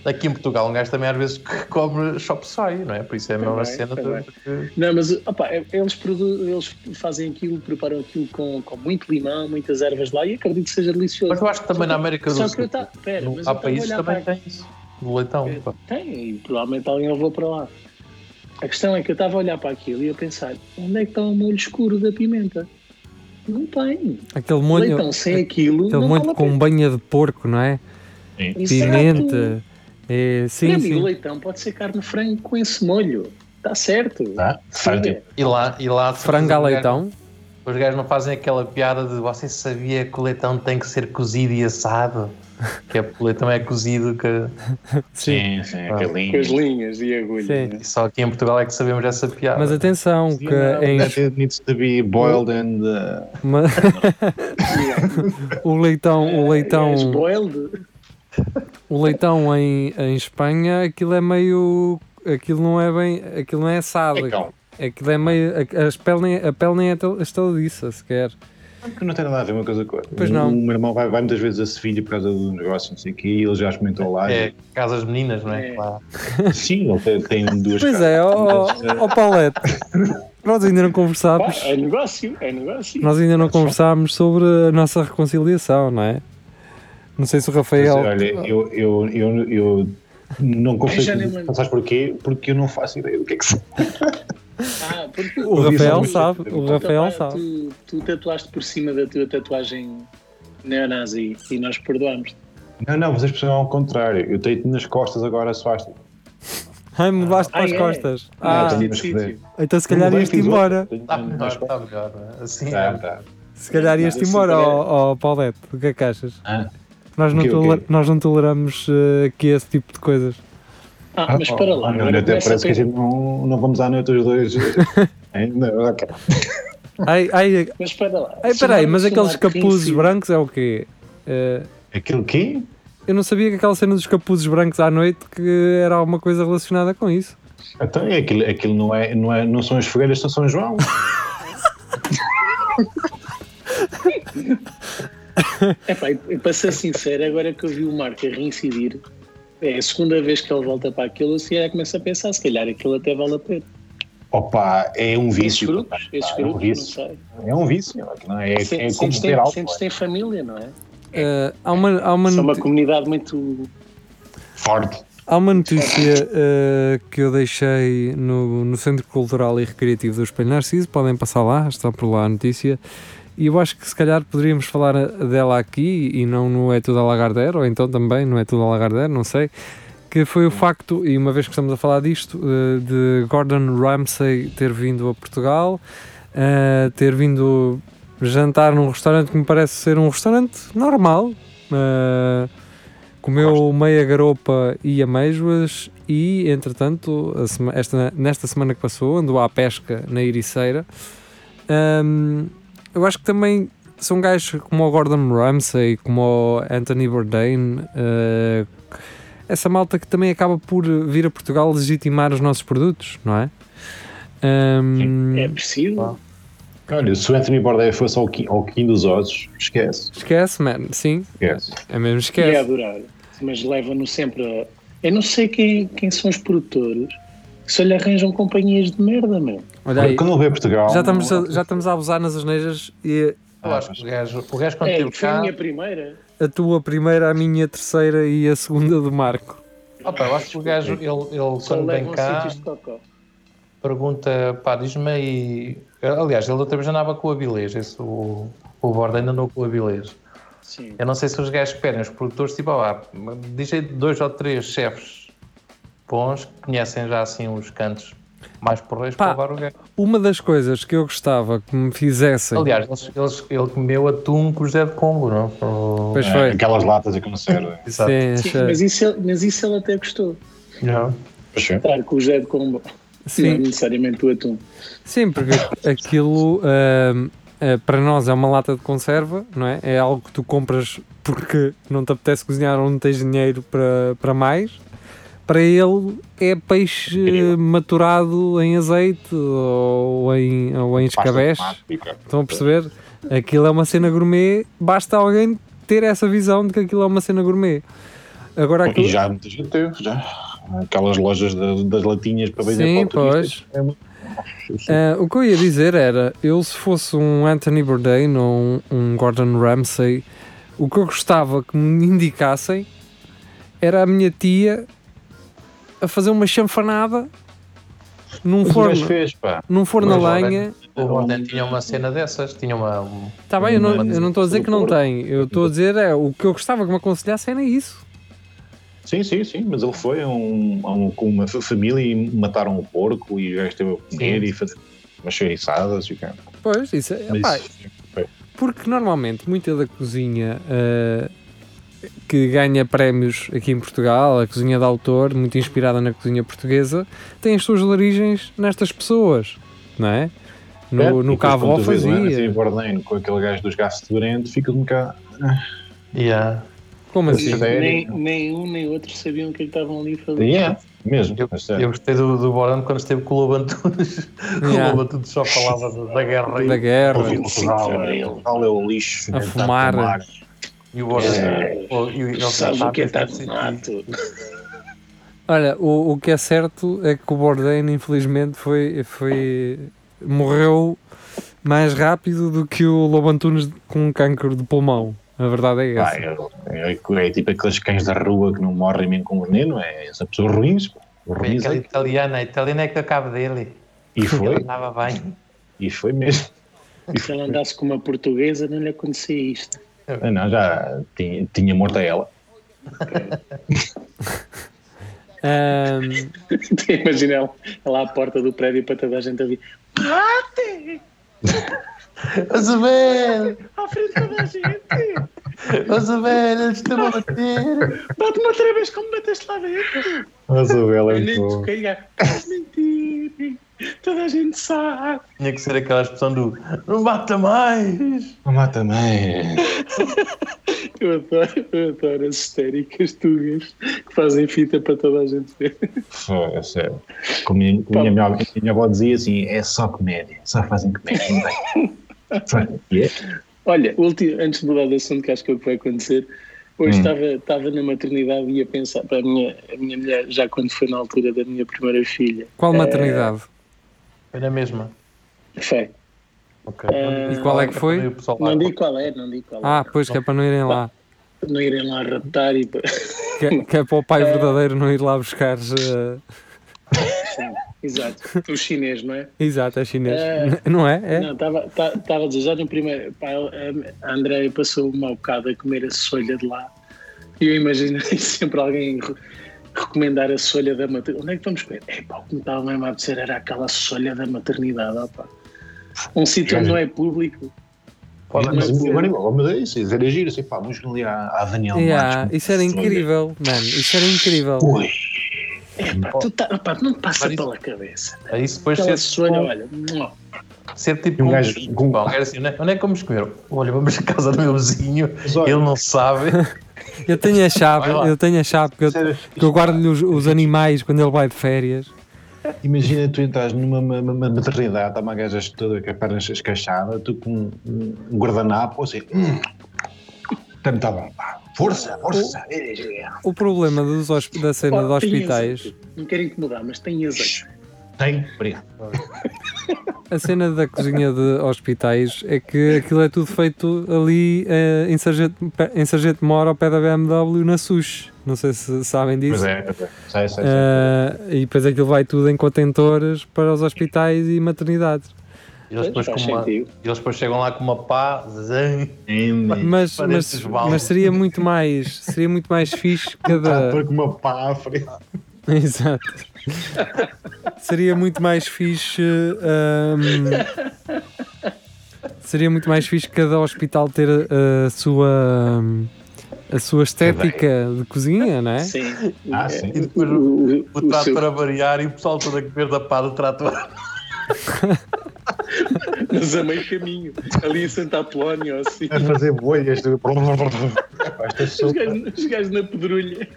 B: Aqui em Portugal, um gajo também às vezes que come shop sai, não é? Por isso é a mesma
D: Também,
B: cena.
D: também.
B: porque-
D: Não, mas opa, eles, produ- eles fazem aquilo, preparam aquilo com, com muito limão, muitas ervas lá e acredito que seja delicioso.
B: Mas eu acho que também na América do
D: Só que eu
B: Sul.
D: tá, pera, mas eu
B: Há
D: tava a
B: países
D: olhar
B: que também
D: para
B: tem isso. Do leitão. pá.
D: Tem, e provavelmente alguém levou para lá. A questão é que eu estava a olhar para aquilo e a pensar: onde é que está o molho escuro da pimenta? Não tem.
A: Aquele molho,
D: Leitão
B: é
D: sem aquilo.
A: aquele
D: não
A: molho
D: vale a
A: com
D: pena.
A: banha de porco, não é?
D: Exato.
A: Pimenta. É, sim,
D: Para mim, o
A: sim.
D: leitão pode ser carne de frango com esse molho. Está certo.
C: Tá? Faz
D: Sim.
C: tempo.
B: E lá, e lá
A: Frango a
B: os gajos-
A: leitão.
B: Os gajos não fazem aquela piada de você sabia que o leitão tem que ser cozido e assado? Que é porque o leitão é cozido que.
A: Sim. Ah.
C: Sim, sim, galinha.
D: Com as linhas e agulhas.
A: Sim.
D: né?
B: e Só aqui em Portugal é que sabemos essa piada.
A: Mas atenção, que
C: Não,
A: em
C: that it needs to be boiled and uh,
A: Ma- <laughs> o leitão, o
C: É,
A: leitão,
B: Então,
D: És boiled.
A: o leitão em, em Espanha, aquilo é meio, aquilo não é bem, aquilo não é assado.
C: calmo.
A: Aquilo é meio, a, as pele nem- a pele nem é tal- estaladiça sequer.
C: Que não tem nada a ver uma coisa com a outra.
A: Pois não.
C: O meu irmão vai, vai muitas vezes a Sevilha por causa do negócio, não sei o quê, e ele já experimentou lá.
B: É casas meninas, não é?
D: É.
B: Lá.
C: E, sim, ele tem, tem um, duas
A: Pois
C: casas.
A: é, ó ó- ó Paulette, nós ainda não
D: Pá,
A: conversámos,
D: é negócio, é negócio.
A: nós ainda não conversámos sobre a nossa reconciliação, não é? Não sei se o
C: Mas,
D: é.
A: Rafael...
C: olha, eu, eu, eu, eu não
D: já nem
C: consigo.
D: lembro.
C: Sabes porquê? Porque eu não faço ideia do que é que são.
D: Ah, porque
A: O
C: eu disse
A: Rafael
C: alguma
A: sabe,
C: coisa,
D: um
A: o
C: então,
A: Rafael
D: Rapaz,
A: sabe.
D: tu, tu tatuaste por cima da tua tatuagem neonazi e nós perdoámos.
C: Não, não, vocês percebem ao contrário. Eu tenho nas costas agora a suástica.
A: Ai, mudaste para
D: Ah, Ah,
A: as
D: é?
A: costas.
C: Não,
A: Ah,
C: tenho nas-
D: Sítio.
A: então se calhar
C: Não,
A: ias-te
C: fiz outra.
A: embora.
C: Tenho- um
B: Está melhor,
C: nas-
B: está Tá, melhor. não é? Assim,
C: Tá,
B: é.
C: tá.
A: Se calhar ias-te
D: Mas
A: embora,
D: assim,
A: ó ó, Paulette, o que é que achas?
C: Ah.
A: Nós não,
C: O quê, o
A: toler-
C: quê?
A: nós não toleramos eh, aqui esse tipo de coisas.
D: Ah, mas para lá.
C: Ah, não,
D: agora
C: até
D: começa
C: parece que
D: a
C: a gente não, não vamos à noite os
A: <laughs>
C: dois. Hein? Não, ok.
A: Ai, ai,
D: Mas para lá.
A: ai,
D: se
A: peraí,
D: vai
A: mas aqueles
D: somar quem
A: capuzes
D: se-
A: brancos é o quê? Eh,
C: Aquilo quê?
A: eu não sabia que aquela cena dos capuzes brancos à noite que era alguma coisa relacionada com isso.
C: Então, é aquilo, aquilo não, é, não, é, não são as fogueiras, são São João.
D: Epá, e para ser sincero, agora que eu vi o Marco a reincidir, é a segunda vez que ele volta para aquilo, eu se calhar começo a pensar, se calhar aquilo até vale a pena.
C: Opa, é um
D: Esses
C: vício.
D: grupos,
C: rapaz.
D: esses
C: Ah,
D: grupos,
C: é um
D: não
C: vício.
D: sei.
C: É um vício. aquilo não É, é,
D: Sentes-
C: é como
D: sentes
C: beber
D: tem-
C: álcool.
D: Sentes tem família, não é?
A: Eh, há, uma, há, uma
D: São uma
A: noti-
D: comunidade muito
C: Forte.
A: há uma notícia eh, que eu deixei no, no Centro Cultural e Recreativo do Espelho Narciso, podem passar lá, está por lá a notícia. E eu acho que se calhar poderíamos falar a- dela aqui e não no É Tudo a Lagardère, ou então também no É Tudo a Lagardère, não sei. Que foi o facto, e uma vez que estamos a falar disto, eh, de Gordon Ramsay ter vindo a Portugal, eh, ter vindo jantar num restaurante que me parece ser um restaurante normal. eh, Comeu meia garopa e ameijoas e, entretanto, a sema- esta, nesta semana que passou, andou à pesca na Ericeira. Ahm, eu acho que também são gajos como o Gordon Ramsay, como o Anthony Bourdain, eh, essa malta que também acaba por vir a Portugal legitimar os nossos produtos, não é? Ahm,
D: É possível.
B: Ah.
C: Olha, se o Anthony Bourdain fosse ao Kim, ao Quim dos Ossos, esquece.
A: Esquece, man, sim,
C: Esquece.
A: é mesmo
D: Ia
A: esquece.
D: adorar. Mas leva-no sempre a. Eu não sei quem, quem são os produtores que só lhe arranjam companhias de merda, meu.
A: Olha aí,
C: Quando ele veio a Portugal. eh,
A: já tá- estamos, a,
C: não-
A: já estamos a abusar nas asneiras e
B: Eu acho que o gajo, o gajo quando
D: É,
B: esteve
D: foi a
B: cá.
D: minha primeira.
A: a tua primeira, a minha terceira e a segunda do Marco.
B: Opa, eu acho que o gajo, ele, ele
D: Só
B: quando vem
D: levam
B: cá.
D: sítios de cocó.
B: pergunta, pá, diz-me aí. Aliás, ele outra vez andava com o Avilés, esse, o, o Borda ainda andou com o Avilés.
D: Sim.
B: Eu não sei se os gajos pedem, os produtores, tipo, ah, diz aí dois ou três chefes bons que conhecem já assim os cantos mais porreiros
A: Pá.
B: para levar o gajo.
A: Uma das coisas que eu gostava que me fizessem.
B: Aliás, eles, eles- ele comeu atum com o José de Congo, não? O-
A: Pois
C: É,
A: foi.
C: aquelas latas a conserva.
B: Exato.
A: Sim, é
D: Sim,
A: achei-
D: mas, isso ele, mas isso ele até gostou.
B: Não.
C: Pois é.
D: Claro que o José de Combo. Não é
A: sim,
D: necessariamente o atum.
A: sim, porque aquilo ahm, ah, para nós é uma lata de conserva, não é? É algo que tu compras porque não te apetece cozinhar ou não tens dinheiro para, para mais. Para ele é peixe
C: Incrível.
A: maturado em azeite ou em, ou em
C: Pasta de
A: escabeche.
C: tomate,
A: Estão a perceber? Aquilo é uma cena gourmet, basta alguém ter essa visão de que aquilo é uma cena gourmet. Agora
C: E
A: aquilo.
C: já muita gente teve, já. Aquelas lojas das, das latinhas para vender
A: Sim,
C: para o turista.
A: pois.
C: É muito-
A: Ah, o que eu ia dizer era, eu se fosse um Anthony Bourdain ou um, um Gordon Ramsay, o que eu gostava que me indicassem era a minha tia a fazer uma chanfanada num
C: Mas o gajo
A: forno,
C: fez, né? pá.
A: num forno a
B: Mas olha,
A: lenha.
B: O Borden tinha uma cena dessas, tinha uma. um-
A: Está bem, eu não, eu não estou a dizer que não
C: Porco.
A: tem. Eu estou a dizer é, o que eu gostava que me aconselhasse era isso.
C: Sim, sim, sim, mas ele foi a um, a um- com uma fa- família e mataram um porco e o gajo esteve a comer
B: Sim.
C: e fazer umas chouriçadas e o cara.
A: Pois, isso é.
C: Mas
A: pá,
C: isso-
A: Porque normalmente muita da cozinha ah, que ganha prémios aqui em Portugal, a cozinha de autor, muito inspirada na cozinha portuguesa, tem as suas origens nestas pessoas, não é?
C: É,
A: No,
C: e
A: no
C: depois quando
A: Cavó
C: tu é? vês o Anas
A: fazia.
C: e o Bourdain com aquele gajo dos gastos de um Brento, fica-me cá.
B: Yeah.
A: Como assim?
C: Sim.
D: Nem, nem um nem outro sabiam o que é que estavam ali a fazer.
C: Yeah, mesmo.
B: Eu,
C: mas é. sério.
B: eu gostei do, do Boran quando esteve com o
A: <laughs>
B: Lobantunes.
A: Yeah.
B: O Lobantunes só falava da- da guerra
A: Da
B: e,
C: O
B: um
A: guerra.
C: Portugal
B: né?
C: é o Portugal é o lixo.
A: A
C: né, tá
A: fumar.
B: e o Boran.
D: É.
B: o- e o- ele
D: Sabes o que é
B: sabe-
D: tato
A: Olha, o, o que é certo é que o Bourdain, infelizmente, foi, foi morreu mais rápido do que o Lobo Antunes com um cancro de pulmão. A verdade é essa.
C: Pá, é, é- é tipo aqueles cães da rua que não morrem mesmo com veneno, é, são pessoas ruins. pá.
B: Foi
C: ruins
B: aquela
C: é.
B: italiana, a italiana é que acaba dele.
C: E
B: Ele
C: foi,
B: andava bem.
C: e foi mesmo. <laughs>
D: Se ela andasse com uma portuguesa, não lhe acontecia isto.
C: Ah, Não, já tinha, tinha morto a ela.
A: Ahm,
D: <laughs> Imagina ela, ela à porta do prédio para toda a gente ouvir.
B: Azabel!
D: À frente de toda a gente!
B: Azabel, eles estão a bater!
D: Bate-me outra vez como bateste lá dentro!
C: Mas a Bela é muito boa.
D: descalhar. Estás mentir! Toda a gente sabe!
B: Tinha que ser aquela expressão do não bata mais!
C: Não mata mais.
D: Eu adoro, eu adoro as histéricas tugas que fazem fita para toda a gente ver.
C: Foi, é sério. Como minha, como minha, minha, minha avó dizia assim, é só comédia, só fazem comédia. não
A: <laughs>
C: tem. é. Só- Yeah.
D: Olha, ulti- antes de mudar de assunto, que acho que é o que vai acontecer,
A: Hum.
D: hoje estava, estava na maternidade e ia pensar, para a minha, a minha mulher, já quando foi na altura da minha primeira filha, Eh,
A: qual maternidade?
B: Era a mesma.
D: foi.
B: Ok.
A: E qual é que foi?
B: O pessoal lá-
D: Não digo qual é, não digo qual é.
A: Ah, pois que é para não irem lá.
D: Para Não irem lá raptar e. para-
A: Que, é- que é para o pai verdadeiro não ir lá buscar. eh,
D: <laughs> Exato, o chinês, não é?
A: Exato, é chinês.
D: É.
A: Não é? É?
D: Não, estava ta- tava a dizer já no primeiro. Pá, a a Andréia passou um mau bocado a comer a solha de lá. E eu imaginei <laughs> sempre alguém re- recomendar a solha da maternidade. Onde é que vamos comer? É pá, o que me estava mesmo a dizer era aquela solha da maternidade. ó pá. Um sítio onde não é público.
B: é
C: Mas,
D: Pode
C: mas,
D: acontecer.
C: mas é isso, era giro, assim, pá, vamos ali à, à Daniel
A: Yeah,
C: Matos.
A: isso era incrível, mano. Isso era incrível.
C: Ui,
D: É pá, tu tá, pá, não te passa
B: Mas isso-
D: pela cabeça.
B: Aí isso depois
D: Aquela é.
B: ser,
D: solha, olha. mua.
B: ser tipo
C: Um
B: um
C: gajo-
B: bom, era assim, onde é onde é que vamos comer? Olha, vamos à casa do meu vizinho,
C: olha-
B: ele não
D: <laughs>
B: sabe.
A: Eu tenho a chave,
B: Vai lá.
A: eu tenho a chave que eu,
C: Sério?
A: que eu guardo-lhe os, os animais quando ele vai de férias.
C: Imagina tu entras numa ma- ma- ma- maternidade, está uma gaja toda com a perna escachada, tu com um, um guardanapo, assim, hum, também está bom, pá, força, força.
A: Oh." O problema dos hosp- da cena de
D: Pá, tem
A: hospitais,
D: azeite. Não quero incomodar, mas tem azeite.
C: é, Tem, preto.
A: a cena da cozinha de hospitais é que aquilo é tudo feito ali eh, em Sargento, Pe- em Sargento Mora ao pé da BMW na SUS. Não sei se sabem disso.
C: Pois é, pois é. Sei, sei, sei.
A: Ah, e depois aquilo vai tudo em contentores para os hospitais e maternidades.
B: E Eles depois,
D: Faz
B: com uma-
D: sentido.
B: e eles depois chegam lá com uma pá, zan,
C: Sim.
A: Mas,
B: Parece
A: mas,
B: Osvaldo.
A: mas seria muito mais seria muito mais
C: <laughs>
A: fixe
C: Ah,
A: cada.
C: Foi com uma pá à frente.
A: <laughs> Exato. seria muito mais fixe. ahm, seria muito mais fixe cada hospital ter a, a sua a sua estética de cozinha, não é?
D: Sim.
C: <laughs> Ah, sim.
D: É, o- o- o-
B: o
D: o
B: trato
D: seu-
B: para variar e o pessoal todo a comer da pá do trator.
D: <laughs> Mas a meio caminho. Ali em Santa Apolónia,
A: <laughs>
D: ou assim.
C: A fazer bolhas. de- Esta
D: Os
C: sopa.
D: gajos, os gajos na pedrulha.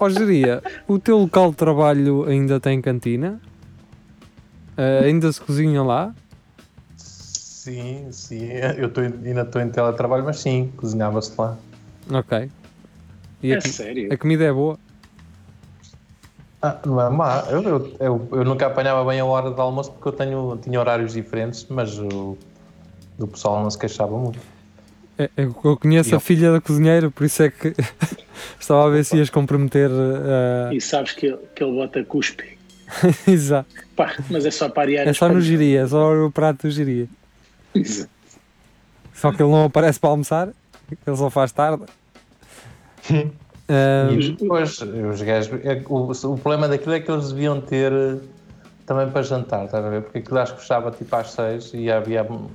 A: Ó Geria, o teu local de trabalho ainda tem cantina? Ah, ainda se cozinha lá?
B: Sim, sim, eu tô, em- ainda estou em teletrabalho, mas sim, cozinhava-se lá.
A: Ok. E
D: É
A: a, co-
D: sério.
A: a comida é boa?
B: Ah, não é má. Eu, eu, eu, eu nunca apanhava bem a hora de almoço porque eu tenho, tinha horários diferentes, mas o, o pessoal não se queixava muito.
A: É- é- Eu conheço a
B: Eu.
A: filha da cozinheira, por isso é que <laughs> estava a ver se ias comprometer. ah,
D: E sabes que ele, que ele bota cuspe.
A: <laughs> Exato.
D: Pá, mas é só parear.
A: É só no giria, é só o prato do giria. Só que ele não aparece para almoçar, ele só faz tarde. Ah,
B: E depois, os gajos, é que o, o problema daquilo é que eles deviam ter eh, também para jantar, estás a ver? Porque aquilo acho que fechava tipo às seis e havia m-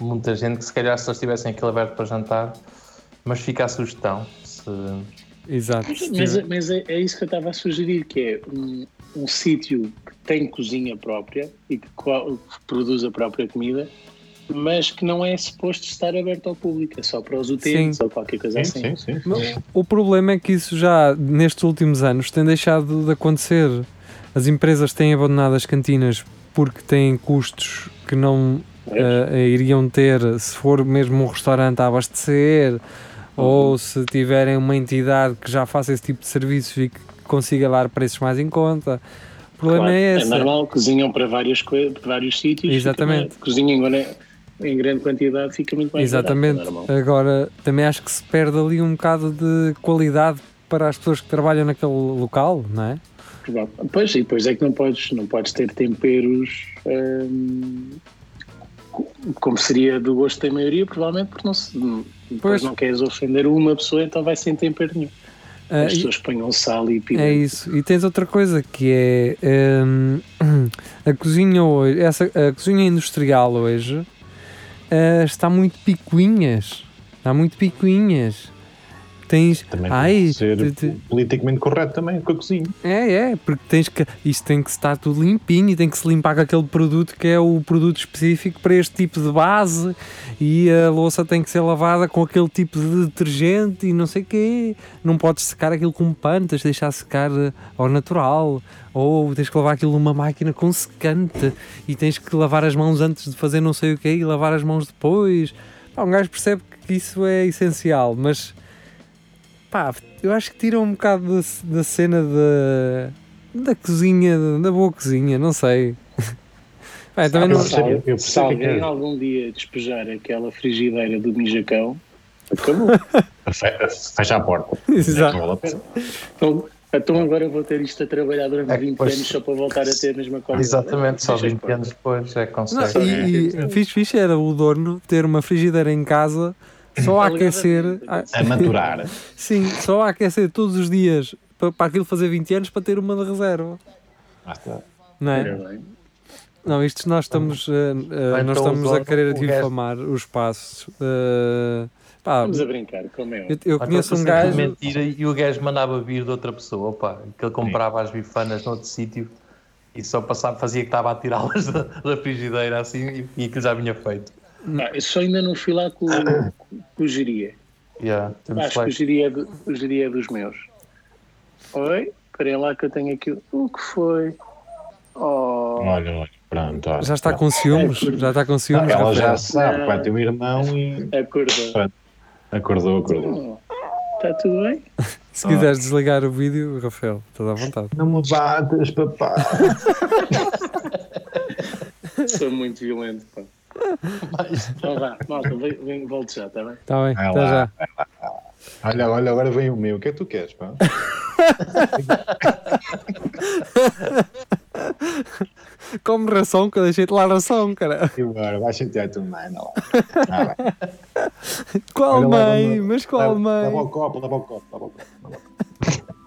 B: muita gente que se calhar se eles tivessem aquilo aberto para jantar, mas fica a sugestão. Se...
A: exato. se
D: Mas,
A: tiver-
D: mas é, é isso que eu estava a sugerir, que é um, um sítio que tem cozinha própria e que, co- que produz a própria comida, mas que não é suposto estar aberto ao público, é só para os utentes
A: Sim.
D: ou qualquer coisa assim.
C: sim, sim. sim.
A: Mas O problema é que isso já nestes últimos anos tem deixado de acontecer. As empresas têm abandonado as cantinas porque têm custos que não eh, iriam ter se for mesmo um restaurante a abastecer
D: Uhum.
A: ou se tiverem uma entidade que já faça esse tipo de serviços e que consiga dar preços mais em conta. O problema
D: Claro,
A: é esse.
D: normal, cozinham para várias coi- para vários sítios. fica
A: Exatamente.
D: mais- cozinham em, grande- em grande quantidade, fica muito mais barato,
A: Exatamente.
D: é normal.
A: Agora, também acho que se perde ali um bocado de qualidade para as pessoas que trabalham naquele local, não é?
D: Provável. Pois, e depois é que não podes, não podes ter temperos hum, co- como seria do gosto da maioria, provavelmente, porque não, se, depois
A: Pois.
D: não queres ofender uma pessoa, então vai sem tempero nenhum.
A: Ah,
D: As
A: e-
D: pessoas ponham sal e pimenta.
A: É isso. E tens outra coisa que é hum, <clears throat> a cozinha hoje, essa, a cozinha industrial hoje eh, está muito picuinhas. Está muito picuinhas. Tens.
C: Também
A: Ai,
C: tem que ser
A: te- te-
C: politicamente correto também com a cozinha.
A: é, é, porque tens que. Isto tem que estar tudo limpinho e tem que se limpar com aquele produto que é o produto específico para este tipo de base e a louça tem que ser lavada com aquele tipo de detergente e não sei quê. Não podes secar aquilo com pano, tens de deixar secar eh, ao natural ou tens que lavar aquilo numa máquina com secante e tens que lavar as mãos antes de fazer não sei o quê e lavar as mãos depois. Pá, um gajo percebe que isso é essencial, mas pá, eu acho que tiram um bocado da, da cena da, da cozinha, da boa cozinha, não sei. <laughs> Pá, eu também não-
C: Eu percebo- eu percebo
D: Se
C: o que é que
D: alguém
C: é.
D: algum dia despejar aquela frigideira do mijacão, acabou.
C: Fe- Fecha a porta.
A: <laughs> Exato.
C: Não vale a pena.
D: então, então agora vou ter isto a trabalhar durante
B: É que
D: 20
B: depois-
D: anos só para voltar a ter a mesma coisa.
B: Exatamente, só
D: Deixa as
B: 20 anos depois é
A: Não,
B: que consegue.
A: e, e fixe, fixe era o dono ter uma frigideira em casa só a aquecer, a-
C: A É maturar.
A: <laughs> sim, só a aquecer todos os dias para, para aquilo fazer 20 anos para ter uma de reserva.
C: Ah, está.
A: Não, é?
D: Ora bem.
A: não isto nós estamos, eh, eh,
B: Então,
A: nós
B: o
A: estamos a
B: dono-
A: querer
B: o gajo-
A: difamar os passos. eh, pá,
D: Vamos a brincar, como é.
A: eu, eu
B: Ou então
A: conheço um
B: se
A: gajo.
B: Mentira, e o gajo mandava vir de outra pessoa, pá, que ele comprava as bifanas noutro sítio e só passava, fazia que estava a tirá-las <laughs> da, da frigideira assim e, e aquilo já vinha feito.
D: Ah, eu só ainda não fui lá com, com- com o Giria.
B: Yeah, temos
D: Acho que o
B: flash.
D: Giria é, do- o Giria é dos meus. Oi? Esperem lá que eu tenho aqui. o- O que foi? Oh,
C: Olha, olha. Pronto, olha.
A: Já está com ciúmes? Já está com ciúmes?
C: Ela já
A: Rafael?
C: sabe que vai ter um irmão e
D: acordou.
C: acordou, acordou.
D: Está tudo bem?
A: Se quiseres desligar o vídeo, Rafael, estás à vontade.
C: Não me bates, papá.
D: Sou muito violento,
B: <laughs>
D: pá. Então vá, malta, vem, vem, volto já, está bem?
A: Está Tá bem,
C: Vai
A: até
C: lá.
A: já.
C: Olha, olha, agora vem o meu. O que é que tu queres, pá? é.
A: Como ração, que eu deixei-te lá ração, cara.
C: E agora vai chatear a tua mãe, não lá. Ah, vai.
A: Qual
C: Olha, leva
A: mãe?
C: uma-
A: Mas qual
C: leva-
A: mãe?
C: Leva o copo, leva o copo, leva o copo. leva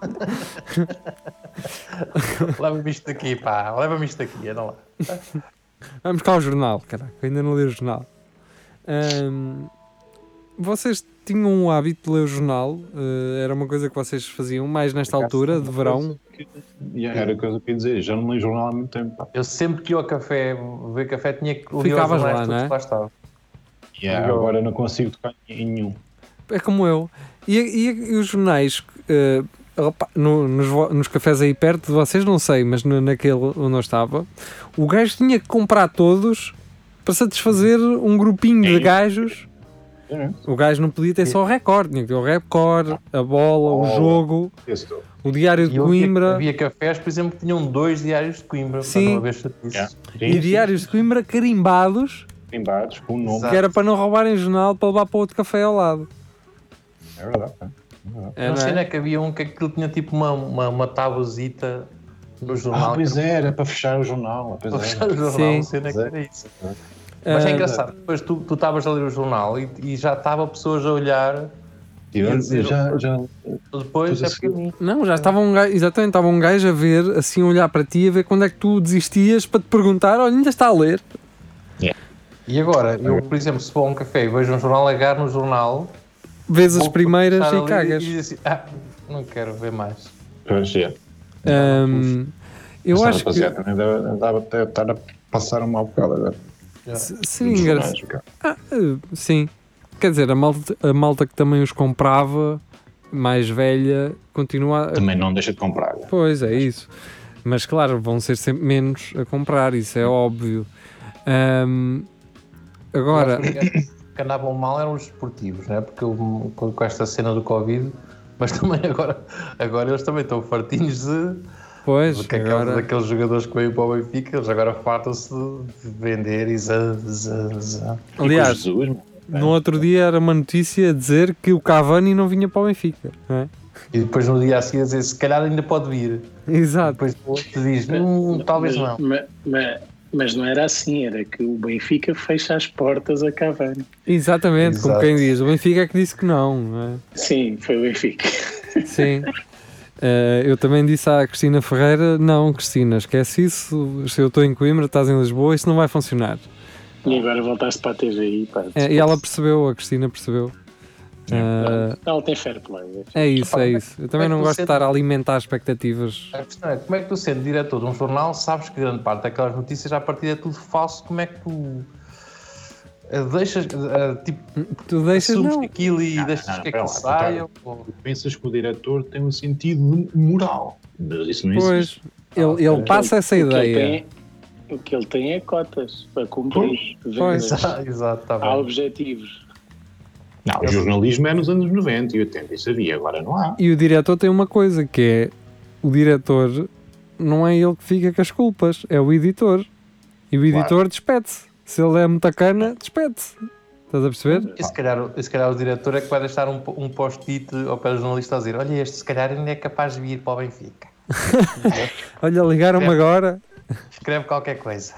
C: o copo.
B: <laughs> Leva-me isto daqui, pá, leva-me isto daqui, anda lá.
A: Vamos cá ao jornal, caraca, eu ainda não li o jornal. Ahm, vocês tinham o hábito de ler o jornal? Eh, era uma coisa que vocês faziam mais nesta altura, de verão?
C: E era a coisa que eu ia dizer. Já não leio jornal há muito tempo, pá.
B: Eu sempre que ia ao café, ver café, tinha que ler os
A: Ficavas
B: jornais
A: lá,
B: todos
A: não é?
B: que lá estava.
C: E agora eu não consigo tocar em nenhum.
A: É como eu. E, e- e os jornais, eh, opa, no- nos, vo- nos cafés aí perto de vocês, não sei, mas no- naquele onde eu estava, o gajo tinha que comprar todos para satisfazer um grupinho de gajos.
C: É,
A: O gajo não podia ter só o recorde, tinha que ter o recorde, a bola, o
C: Bola.
A: jogo,
C: esse estou.
A: o diário
B: E
A: de
B: eu havia-
A: Coimbra.
B: Havia cafés, por exemplo, que tinham dois diários de Coimbra, para
A: Sim.
B: não haver chatice.
C: Yeah.
A: E diários de Coimbra carimbados,
C: Embates, com o nome.
B: Exato.
A: que era para não roubarem jornal para levar para outro café ao lado.
C: É verdade, pá. É verdade.
A: É,
B: não
A: não
B: sei,
A: é?
B: né, que havia um que aquilo tinha tipo uma, uma, uma tabuazita no jornal.
C: Ah, pois é, era para fechar o jornal. Pois
B: Para
C: era.
B: fechar o jornal,
A: Sim.
B: não sei onde é que era isso. Mas é
A: Ah,
B: engraçado, depois tu tu estavas a ler o jornal e, e já estava pessoas a olhar,
C: E eu-
B: Quer dizer,
C: já, já,
B: depois
C: Tudo
B: é
C: assim.
B: pequenino.
A: Não, já estava um gajo, exatamente, estava um gajo a ver, assim, a olhar para ti, a ver quando é que tu desistias para te perguntar, olha, ainda está a ler.
B: E agora, eu, por exemplo, se vou a um café e vejo um jornal, agarro no jornal,
A: Vês as
B: vou
A: primeiras
B: começar a
A: e
B: ler
A: cagas.
B: E diz assim, ah, não quero ver mais.
C: pois é.
A: Ahm, eu
C: Essa
A: acho que
C: tá, rapaziada também dava, dava até estar a passar um mau bocado agora.
A: se- seria
C: Nos
A: engraçado.
C: jornais,
A: Ah,
C: cara.
A: eh, sim. Quer dizer, a malta, a malta que também os comprava, mais velha, continua. A...
C: Também não deixa de comprar. cara.
A: Pois é, isso. Mas claro, vão ser sempre menos a comprar, isso é óbvio. Ahm, agora,
B: Eu acho que- que andavam mal eram os desportivos, né? porque eu- com, com esta cena do Covid, mas <laughs> também agora, agora eles também estão fartinhos de,
A: pois,
B: porque aqueles-
A: agora.
B: daqueles jogadores que veio para o Benfica, eles agora fartam-se de vender e zan, zan, zan.
C: Com
A: Aliás,
C: Jesus, mano.
A: no outro dia era uma notícia a dizer que o Cavani não vinha para o Benfica, não é?
B: E depois no dia a seguir dizer, se calhar ainda pode vir.
A: Exato.
B: Depois o outro diz, "Hum, talvez não.
D: Mas, mas, mas não era assim, era que o Benfica fecha as portas a Cavani.
A: Exatamente, como
B: Exato.
A: quem diz. O Benfica é que disse que não, não é?
D: Sim, foi
A: <laughs>
D: o Benfica.
A: Sim. Eh, eu também disse à Cristina Ferreira: não, Cristina, esquece isso. Se eu estou em Coimbra, estás em Lisboa, isso não vai funcionar.
D: E agora voltaste para a TVI. Pá,
A: Eh, e ela percebeu, a Cristina percebeu. Eh,
D: Ela tem fair play.
A: é isso, é isso. Eu também não
B: Como é que
A: gosto de
B: você-
A: estar a alimentar expectativas.
B: A questão é, como é que tu sendo diretor de um jornal, sabes que grande parte daquelas notícias à partida é tudo falso, como é que tu eh, deixas, eh, tipo,
A: Tu deixas,
B: assumes
A: não.
B: aquilo e
C: Não,
B: deixas
C: não, não,
B: que
C: pera
B: aquilo
C: lá, contrário.
B: saia? ou-
C: Tu pensas que o diretor tem um sentido moral. Mas isso não existe.
A: Pois, ele, ele passa essa
D: O que é? ele
A: ideia.
D: tem- O que ele tem é cotas para cumprir.
A: Pois.
D: Vendas.
B: Exato, exato, está
D: Há
B: bem.
D: objetivos.
C: Não, o jornalismo é nos anos 90 e 80, isso havia, agora não há.
A: E o diretor tem uma coisa que é: o diretor não é ele que fica com as culpas, é o editor. E o editor despede-se. Se ele é mutacana, despede-se. Estás a perceber?
D: Uhum.
B: E se calhar, o- e se calhar o diretor é que vai deixar um, po- um post-it ao pé do jornalista a dizer olha este se calhar ainda é capaz de vir para o Benfica.
A: Olha, ligaram-me
B: É.
A: agora.
B: Escreve qualquer coisa.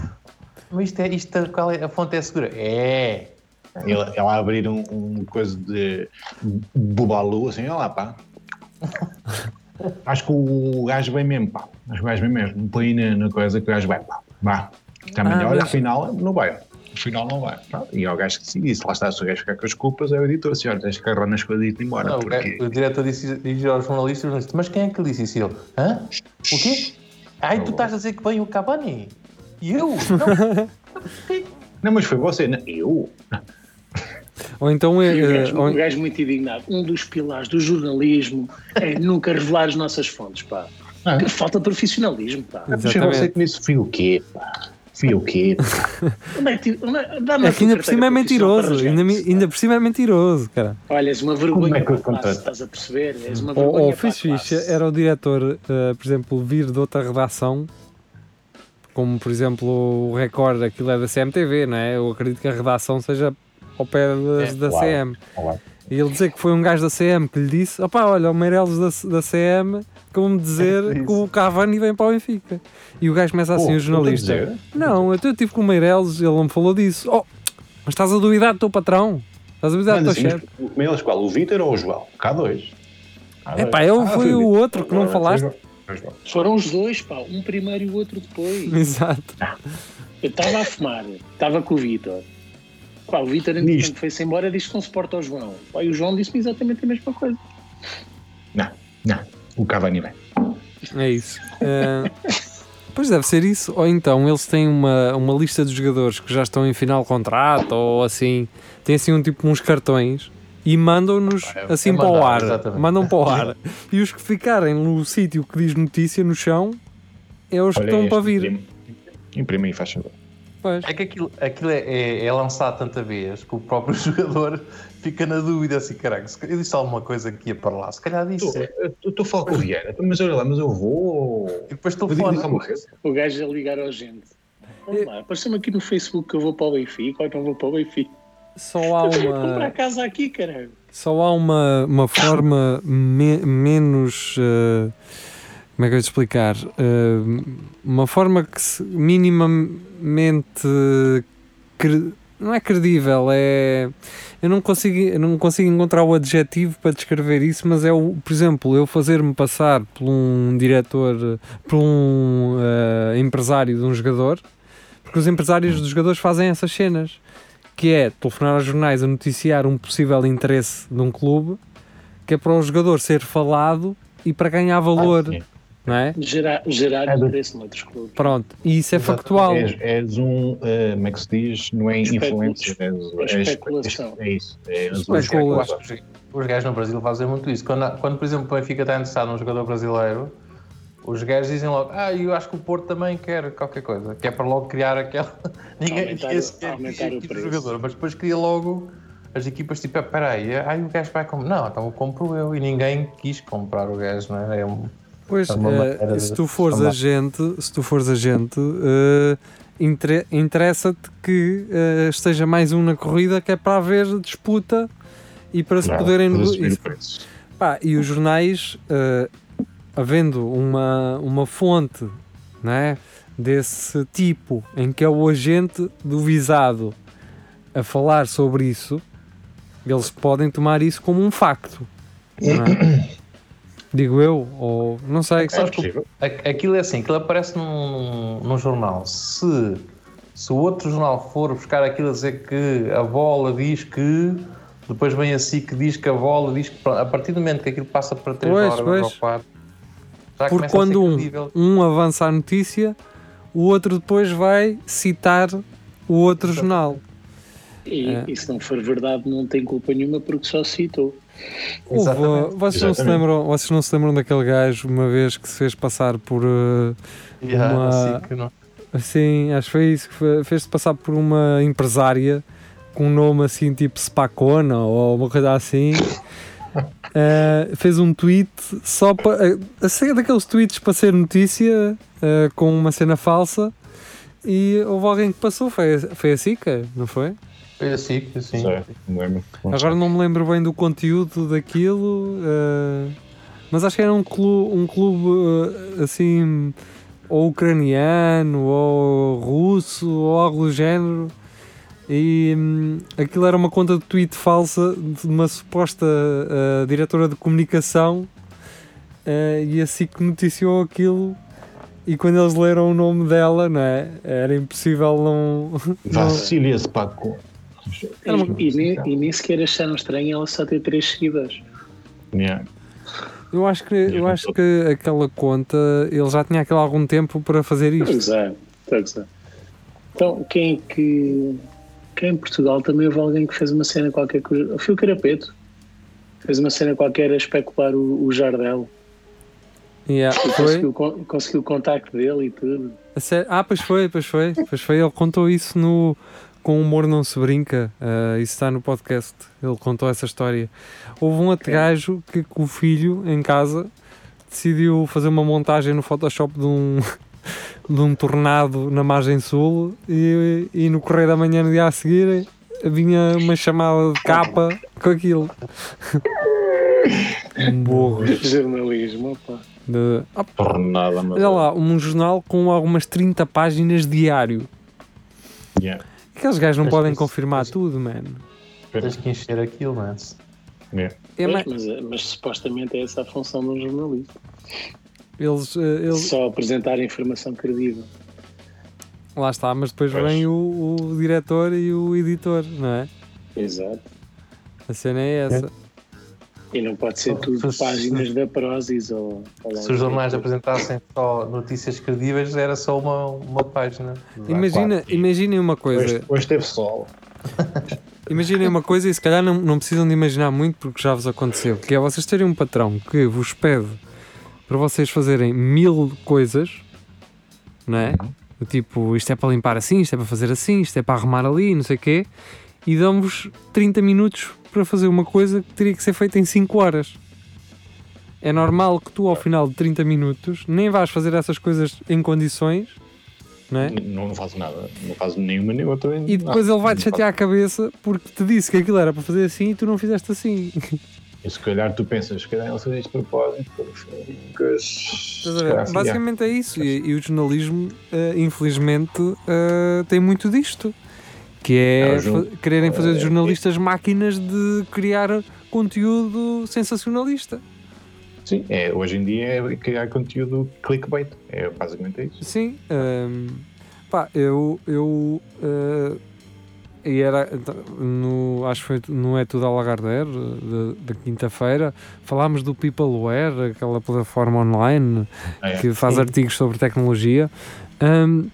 B: Mas isto é, isto, qual é, a fonte é segura? É,
C: Ele, ela abrir um, um coisa de bubalu, assim, olha lá, pá. Acho que o gajo vem mesmo, pá. Acho que o gajo vem mesmo. Põe na, na coisa que o gajo vai, pá. Vá. Está melhor,
A: Ah, mas-
C: afinal não vai. Afinal não vai. Pá. E é o gajo que decide isso. Lá está, se o gajo ficar com as culpas, é o editor. Senhor, tens que agarrar nas coisas e ir embora.
B: Não, o,
C: porque...
B: gajo- o diretor disse, diz aos jornalistas, jornalista, mas quem é que disse isso? E ele, hã? O quê? Ai, tu estás a dizer que vem o Cavani? E eu? Não.
C: Não, mas foi você. Não, eu?
A: Ou então é.
D: E o
A: eh,
D: gajo,
A: ou-
D: um gajo muito indignado. Um dos pilares do jornalismo é nunca revelar as nossas fontes, pá.
C: Ah.
D: Que falta de profissionalismo, pá.
C: Não, Mas foi você que me disse, fui o quê, pá? Fui o quê? pá?
D: Onde é que, ti- onde é- dá-me a
A: é que
D: tua
A: ainda
D: carteira
A: por cima é
D: profissional para
A: mentiroso.
D: os
A: Ainda, mi-
D: gajos, pá.
A: ainda por cima é mentiroso, cara.
D: Olha, és uma
C: Como
D: vergonha
C: é que eu
D: para a classe,
C: contato?
D: estás a perceber? És uma
A: Ou,
D: vergonha
A: ou
D: para a
A: Oh, fixe, fixe
D: classe.
A: era o diretor, eh, por exemplo, vir de outra redação, como por exemplo o Record, aquilo é da CMTV, não é? Eu acredito que a redação seja ao pé da,
D: É,
A: da
C: claro.
A: CM.
C: Olá.
A: E ele dizer que foi um gajo da CM que lhe disse: opá, olha, o Meireles da, da CM como
C: <laughs>
A: dizer que o Cavani vem para o Benfica. E o gajo começa assim,
C: Pô,
A: o jornalista.
C: estou a dizer.
A: Não, então eu estive com o Meireles, ele não me falou disso. Oh, mas estás a duvidar do teu patrão? Estás a duvidar do
C: Mas
A: teu
C: assim,
A: chefe? <laughs>
C: mas eles qual? O Vítor ou o João? Cá dois. Cá
A: É
C: dois.
A: pá, eu
C: Ah,
A: fui
C: foi
A: o
C: Vítor.
A: outro que não
C: Agora,
A: falaste.
C: foi João.
D: Foram os dois, pá. Um primeiro e o outro depois.
A: Exato.
D: Eu estava a fumar, estava com o Vitor. Pá, o Vitor, entretanto,
C: Nisto.
D: foi-se embora disse que não suporta ao João. Pá, e o João disse-me exatamente a mesma coisa.
C: Não, não. O Cavani vem.
A: É isso. Eh, pois deve ser isso. Ou então eles têm uma, uma lista de jogadores que já estão em final de contrato ou assim. Têm assim um tipo uns cartões e mandam-nos
B: é
A: assim para
B: mandado,
A: o ar.
B: exatamente.
A: Mandam para o
B: <laughs>
A: ar. E os que ficarem no sítio que diz notícia, no chão, é os que
C: Olha
A: estão
C: este,
A: para vir.
C: Imprime, imprime aí, faz favor.
A: Pois.
B: É que aquilo, aquilo é, é, é lançado tanta vez que o próprio <laughs> jogador fica na dúvida assim, caraca, se- eu disse alguma coisa que ia para lá, se calhar disse. E
C: Estou a falar com o Vieira, mas olha lá, mas eu vou.
B: depois
C: Eu digo diz
B: telefona.
C: alguma coisa.
D: O gajo a ligar ao gente.
A: É-
D: Vamos lá, apareceu-me aqui no Facebook que eu vou para o Benfica ou não vou para o Benfica.
A: Só há
D: Eu vou
A: uma.
D: comprar
B: <laughs>
D: casa aqui, caralho.
A: Só há uma, uma forma me- menos eh, como é que eu ia te explicar? Uh, uma forma que se- minimamente cre- não é credível, é eu não consigo, eu não consigo encontrar o adjetivo para descrever isso, mas é o, por exemplo, eu fazer-me passar por um diretor, por um eh, empresário de um jogador, porque os empresários dos jogadores fazem essas cenas, que é telefonar aos jornais a noticiar um possível interesse de um clube, que é para o jogador ser falado e para ganhar valor,
C: Ah, sim.
A: não é?
D: Gerar, gerar
C: É do-
D: interesse noutros clubes.
A: Pronto, e isso é
B: Exatamente.
A: factual.
C: És, és um, eh, como é que se diz? Não é
D: Especul-
C: influencer, és, és,
D: especulação.
C: é isso. É, és um
A: Especula.
B: Eu acho que os- os gajos no Brasil fazem muito isso. Quando, quando, por exemplo, o Benfica está interessado num jogador brasileiro, os gajos dizem logo, ah, eu acho que o Porto também quer qualquer coisa, que é para logo criar aquela... <laughs> ninguém
D: Aumentar-
B: ninguém sequer
D: aumentar
B: quer
D: o
B: aquele
D: preço.
B: jogador, mas depois cria logo as equipas tipo, "Ah, peraí, aí o gajo vai comprar, não, então eu compro eu, e ninguém quis comprar o gajo, não é? É um-
A: Pois,
B: É uma
A: eh,
B: maneira
A: se
B: de
A: tu fores
B: chamar.
A: agente, se tu fores agente, eh, intere- interessa-te que eh, esteja mais um na corrida que é para haver disputa e para se
C: Não,
A: poderem
C: mas
A: nego-
C: subir
A: isso-
C: o preço.
A: pá, e os jornais, eh, havendo uma, uma fonte né, desse tipo, em que é o agente do visado a falar sobre isso, eles podem tomar isso como um facto. não
B: <clears throat>
A: é? Digo eu, ou não sei.
C: É
B: Sabes que o-
C: possível.
B: a- aquilo é assim, aquilo aparece num, num jornal. Se, se o outro jornal for buscar aquilo a dizer que a bola diz que, depois vem assim que diz que a bola diz que, pronto, a partir do momento que aquilo passa para 3
A: Pois,
B: horas
A: pois.
B: ou 4, já
A: Porque
B: começa
A: quando
B: a ser
A: um,
B: credível.
A: um avança a notícia, o outro depois vai citar o outro jornal.
D: E,
A: É.
D: e se não for verdade, não tem culpa nenhuma porque só citou.
A: Houve,
B: Exatamente.
A: vocês, não se
C: Exatamente.
A: lembram, vocês não se lembram daquele gajo uma vez que se fez passar por. eh,
D: <laughs>
B: E há
A: uma-
B: assim que não.
A: assim, acho que foi isso, que fe- fez-se passar por uma empresária com um nome assim tipo Spacona ou uma coisa assim. Eh, fez um tweet só para. a série daqueles tweets para ser notícia eh, com uma cena falsa. E houve alguém que passou, foi, foi a Sica, não foi?
B: Foi assim que assim.
C: Não sei, não é lembro. Não
A: Agora não me lembro bem do conteúdo daquilo, eh, mas acho que era um clube, um clube eh, assim, ou ucraniano, ou russo, ou algo do género. E hum, aquilo era uma conta de tweet falsa de uma suposta eh, diretora de comunicação, eh, e assim que noticiou aquilo. E quando eles leram o nome dela, não é? Era impossível não.
C: sei. Vacilia-se, Paco.
A: Era uma-
D: E, e nem, e nem sequer acharam estranho ela só ter três seguidores.
C: Yeah.
A: Eu acho que, eu
C: não
A: acho
C: tô-
A: que aquela conta ele já tinha aquele algum tempo para fazer isto.
D: Pois é, pois é. Então, quem é que. Quem é em Portugal também houve alguém que fez uma cena qualquer. com- Foi o Carapeto. Fez uma cena qualquer a especular o, o Jardel.
A: Yeah, foi.
D: Conseguiu, con- conseguiu o contacto dele e tudo.
A: A sé- Ah, pois foi, pois foi, pois foi. Ele contou isso no Com Humor Não Se Brinca. ah, isso está no podcast. Ele contou essa história. Houve um outro gajo que com o filho em casa decidiu fazer uma montagem no Photoshop de um, <laughs> de um tornado na margem sul e, e no correio da manhã no dia a seguir vinha uma chamada de capa com aquilo. um burro.
D: Jornalismo, opa.
A: De... Ah,
C: Tornada
A: Olha
C: amadora.
A: lá, um jornal com algumas 30 páginas diário.
C: Yeah.
A: Aqueles gajos não
B: Mas
A: podem
B: isso-
A: confirmar
B: mas-
A: tudo, mano.
B: Tens que encher aquilo, não é?
C: Yeah.
A: É,
D: Pois,
A: mas
D: mas, eh, mas supostamente é essa a função de um jornalista.
A: eles, eh, eles-
D: Só apresentar informação credível.
A: Lá está, mas depois
C: Pois.
A: vem o, o diretor e o editor, não é?
D: Exato.
A: A cena é essa.
D: E não pode ser tudo
B: Se- se-
D: páginas da Prozis ou. ou lá
B: Se os
D: o quê.
B: jornais apresentassem só notícias credíveis, era só uma, uma página. Dá
A: Imagina,
C: quatro.
A: imaginem uma
C: Hoje,
A: coisa.
C: hoje teve sol.
A: Imaginem uma coisa e se calhar não, não precisam de imaginar muito porque já vos aconteceu. Que é vocês terem um patrão que vos pede para vocês fazerem mil coisas, não é? Do Tipo, isto é para limpar assim, isto é para fazer assim, isto é para arrumar ali, não sei o quê. E dão-vos 30 minutos para fazer uma coisa que teria que ser feita em 5 horas. É normal que tu, ao final de 30 minutos, nem vais fazer essas coisas em condições, não é?
C: Não, não faço nada. Não faço nenhuma nem outra. Ah,
A: E depois ele vai te chatear a cabeça porque te disse que aquilo era para fazer assim e tu não fizeste assim.
C: E se calhar tu pensas, se calhar ele fez isto de propósito, porque foi- porque-
A: Estás a
C: se
A: ver?
C: calhar, yeah.
A: Basicamente é isso. E, e o jornalismo, eh, infelizmente, eh, tem muito disto. Que é,
C: É, o jornal-
A: fa- quererem fazer de jornalistas máquinas de criar conteúdo sensacionalista.
C: Sim, é, hoje em dia é criar conteúdo clickbait. É basicamente isso.
A: Sim. ehm, pá, eu. eu eh, e era. então, No, acho que foi no É Tudo Alagarder, da quinta-feira, falámos do Peopleware, aquela plataforma online <laughs>
C: É.
A: que faz artigos sobre tecnologia. Ahm,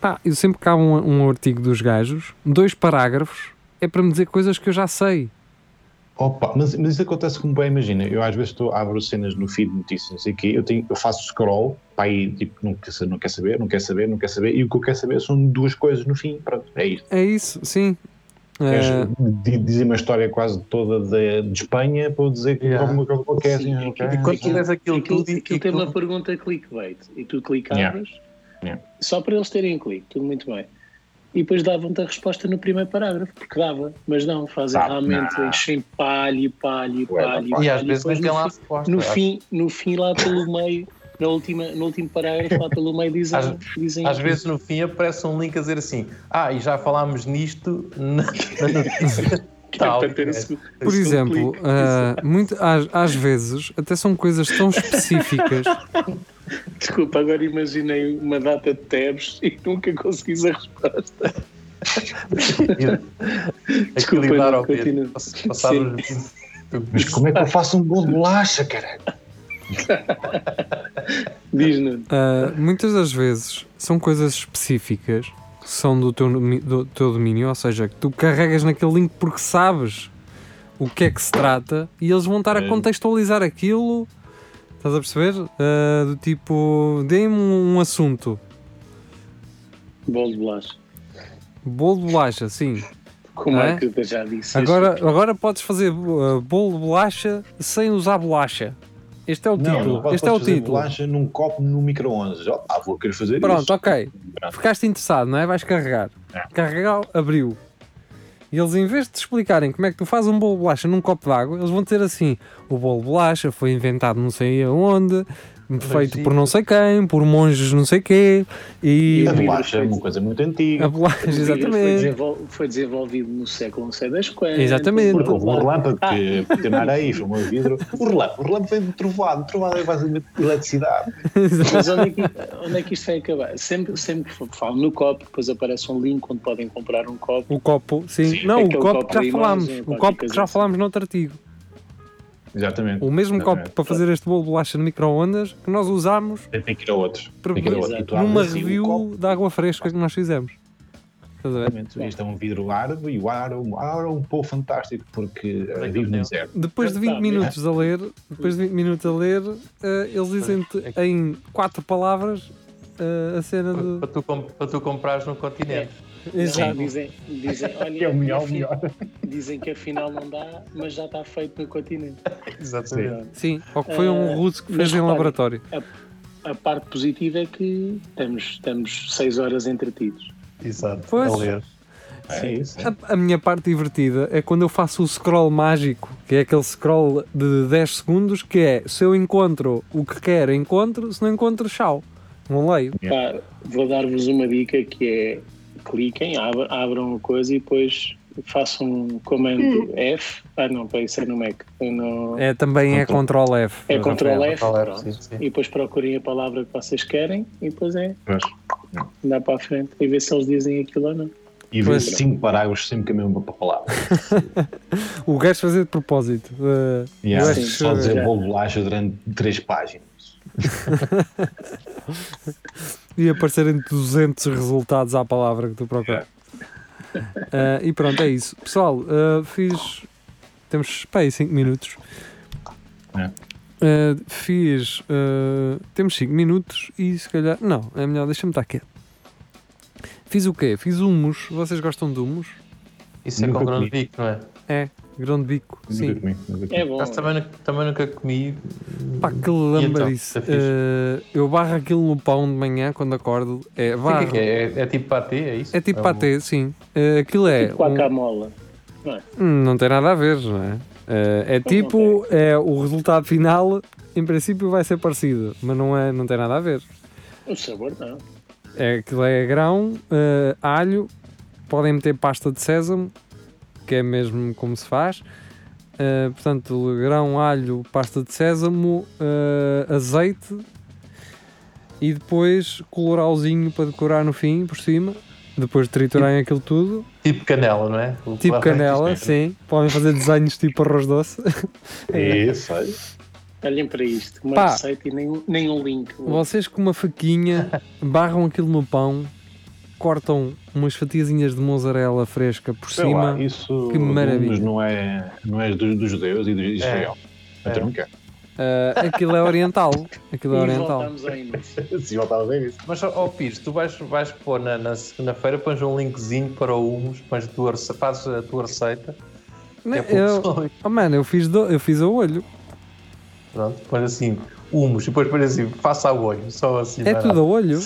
A: pá, eu sempre que há um, um artigo dos gajos, dois parágrafos, é para me dizer coisas que eu já sei.
C: Opa, mas, mas isso acontece como bem, imagina. Eu às vezes estou, abro cenas no feed de notícias e aqui eu, tenho, eu faço scroll para aí, tipo, não quer, sa- não quer saber, não quer saber, não quer saber, e o que eu quero saber são duas coisas no fim. Pronto, é isto.
A: É isso, sim.
C: Queres
A: Ah,
C: di- dizer uma história quase toda de, de Espanha para eu dizer que
B: Yeah.
C: alguma coisa qualquer.
D: Sim,
C: assim, ok.
D: e
B: Quando tu lês aquilo
D: Aquilo,
B: tudo e-
D: aquilo,
B: e
D: teve uma
B: tu-
D: pergunta clickbait e tu clicavas
C: Yeah.
D: só para eles terem um clique, tudo muito bem. E depois davam-te a resposta no primeiro parágrafo, porque dava, mas não, fazem
C: Dá-
D: realmente,
C: não.
D: enchem palho, palho,
C: Ué,
D: palho.
C: pá.
D: palho,
B: e às vezes
D: depois
B: nem tem
D: no
B: lá a
D: fim-
B: resposta.
D: No
B: Às-
D: fim, no fim, lá pelo meio, na última, no último parágrafo, lá pelo meio, dizem.
B: Às-
D: dizem
B: Às vezes no fim aparece um link a dizer assim: Ah, e já falámos nisto na, na notícia.
D: <laughs> que é
B: tal,
D: para ter
B: né?
D: esse-
A: Por
D: esse
A: exemplo,
D: clique.
A: ah, muito, às, às vezes até são coisas tão específicas.
D: Desculpa, agora imaginei uma data de tabs <laughs> e nunca conseguis a resposta. Desculpa,
B: Equilibrar
D: não,
B: ao peso.
D: continua.
B: Pass- Passar os
C: Mas como é que eu faço um bolo de bolacha, caralho?
D: Diz-nos.
A: Ah, muitas das vezes são coisas específicas que são do teu, nomi- do teu domínio, ou seja, que tu carregas naquele link porque sabes o que é que se trata e eles vão estar a
C: É.
A: contextualizar aquilo. Estás a perceber? Ah, do tipo, dê-me um assunto.
D: Bolo de bolacha.
A: Bolo de bolacha, sim.
D: Como
A: Ah,
D: é,
A: é?
D: que eu já disse?
A: Agora, agora podes fazer ah, bolo de bolacha sem usar bolacha. Este é o título.
C: podes
A: este é o
C: fazer
A: título.
C: bolacha num copo no micro-ondas. Ó, Ah, vou querer fazer
A: Pronto,
C: isso.
A: ok. Ficaste interessado, não é? Vais carregar. Carregar, abriu. E eles, em vez de te explicarem como é que tu fazes um bolo de bolacha num copo de água, eles vão dizer assim: o bolo de bolacha foi inventado não sei aonde, feito por não sei quem, por monges não sei quê, e
C: A
D: Sim.
C: bolacha é uma coisa muito antiga.
A: a bolacha,
D: Sim, Foi,
A: exatamente.
D: desenvol- foi desenvolvido no século não sei das quantas.
A: Exatamente.
C: Porque houve um <laughs>
D: Blá, blá, blá.
C: relâmpago que bateu na areia e formou vidro. O relâmpago, o relâmpago vem de trovado. Trovado é basicamente eletricidade.
D: Mas onde é, que, onde é que isto vai acabar? Sempre, sempre que falo no copo, depois aparece um link onde podem comprar um copo.
A: O copo, sim.
C: Sim,
A: não, o
D: aquele
A: copo
D: copo
A: que já
D: de
A: falámos.
D: imagem,
A: O
D: qualquer
A: copo que
D: coisa
A: já
D: assim.
A: falámos noutro artigo.
C: Exatamente.
A: O mesmo
C: Não,
A: copo
C: é.
A: para fazer este bolo de bolacha no micro-ondas que nós usámos
C: Tem que ir a outro.
A: para-
C: Tem que ir a outro. E tu abres
A: numa
C: assim o copo.
A: review da água fresca que nós fizemos. Estás a ver?
C: Exatamente. Isto é um vidro árabe e o árabe, o árabe é um povo fantástico porque eh,
B: que
C: vive no
B: deu?
C: deserto.
A: Depois de 20
D: Tá,
A: minutos a ler, depois de 20 minutos a ler, eh, eles dizem-te
D: é
A: em quatro palavras eh, a cena do.
B: para, tu, com- para tu comprares no continente.
D: Já dizem,
C: <laughs>
D: dizem, olha,
C: É o melhor, o
D: afi-
C: melhor.
D: Dizem que afinal não dá, mas já está feito no continente.
B: Exatamente.
A: Sim, ou que foi
D: Eh,
A: um russo que
D: mas
A: fez em
D: repare,
A: laboratório.
D: A parte positiva é que estamos, estamos seis horas entretidos.
B: Exato.
A: Pois.
B: A ler.
C: É isso.
A: A, a minha parte divertida é quando eu faço o scroll mágico, que é aquele scroll de 10 segundos, que é se eu encontro o que quero, encontro, se não encontro, tchau. Não leio.
D: Pá, vou dar-vos uma dica que é cliquem, abra- abram a coisa e depois façam um comando F. Ah não, pá, isso é no Mac. É, no...
A: É, também é Ctrl F.
D: é
B: Ctrl
D: Ctrl F,
B: F,
D: pronto.
B: sim, sim.
D: E depois procurem a palavra que vocês querem e depois é
C: Pois.
D: andar para a frente e ver se eles dizem aquilo ou não.
C: E vê
A: Pois.
C: cinco parágrafos sempre com a
A: <laughs>
C: mesma palavra.
A: O gajo fazia de propósito. eh,
C: Yeah.
A: eu
D: Sim.
A: acho
C: Só
A: que-
C: dizer
D: Já.
C: bolo de bolacha durante três páginas.
A: e aparecerem 200 resultados à palavra que tu <laughs> procuras. Ah, e pronto, é isso. Pessoal, ah, fiz. Temos. Pá, 5 minutos.
C: É.
A: Ah, fiz. ah, temos 5 minutos e se calhar. Não, é melhor, deixa-me estar quieto. Fiz o quê? Fiz humus. Vocês gostam de humus?
B: Isso é
C: Nunca
B: com grande
C: comi.
B: bico, não é?
A: É, grão de bico. Sim.
C: Nunca comi, nunca comi.
D: É bom.
B: Mas também, nu- também nunca comi.
A: Pá, que
B: E
A: lambarice.
B: então, é
A: Ah, eu barro aquilo no pão de manhã quando acordo. É,
B: O que é
A: barro.
B: que é? É, é tipo patê, é isso?
A: É tipo
B: um-
A: patê, sim. Ah, aquilo é.
D: Tipo
A: um-
D: guacamola.
A: Hum, Não tem nada a ver, não é? Eh, é tipo, é, o resultado final, em princípio, vai ser parecido, mas não, é, não tem nada a ver.
D: O sabor não.
A: É, aquilo é grão, eh, alho, podem meter pasta de sésamo, que é mesmo como se faz. Eh, portanto, grão, alho, pasta de sésamo, eh, azeite e depois colorauzinho para decorar no fim, por cima. Depois de triturarem aquilo tudo,
B: Tipo canela, não é? O
A: tipo
B: arranjo
A: canela,
B: é.
A: sim. Podem fazer desenhos tipo arroz doce.
C: É Isso, aí.
D: Olhem para isto, uma
A: Pá.
D: receita e nem, um- nem um link.
A: Vocês com uma faquinha barram aquilo no pão, cortam umas fatiazinhas de mozzarela fresca por
C: Sei
A: cima.
C: lá, isso
A: que maravilha.
C: mas não é, não é dos, dos judeus e de Israel. Então não quero. <laughs>
A: Ah, aquilo é oriental. Aquilo é
D: <laughs> e
A: oriental.
D: voltamos ao início.
C: Se voltar a ver isso.
B: Mas, ó ó, Pires, tu vais, vais pôr na, na segunda-feira, pões um linkzinho para o humus, pões a tua, rece- fazes a tua receita.
A: Não,
B: é pouco
A: eu,
B: só.
A: oh, mano, eu fiz, do- eu fiz a olho.
B: Pronto, pões assim, humus, e depois pões assim, faça a olho, só assim.
A: É
B: não
A: tudo a olho.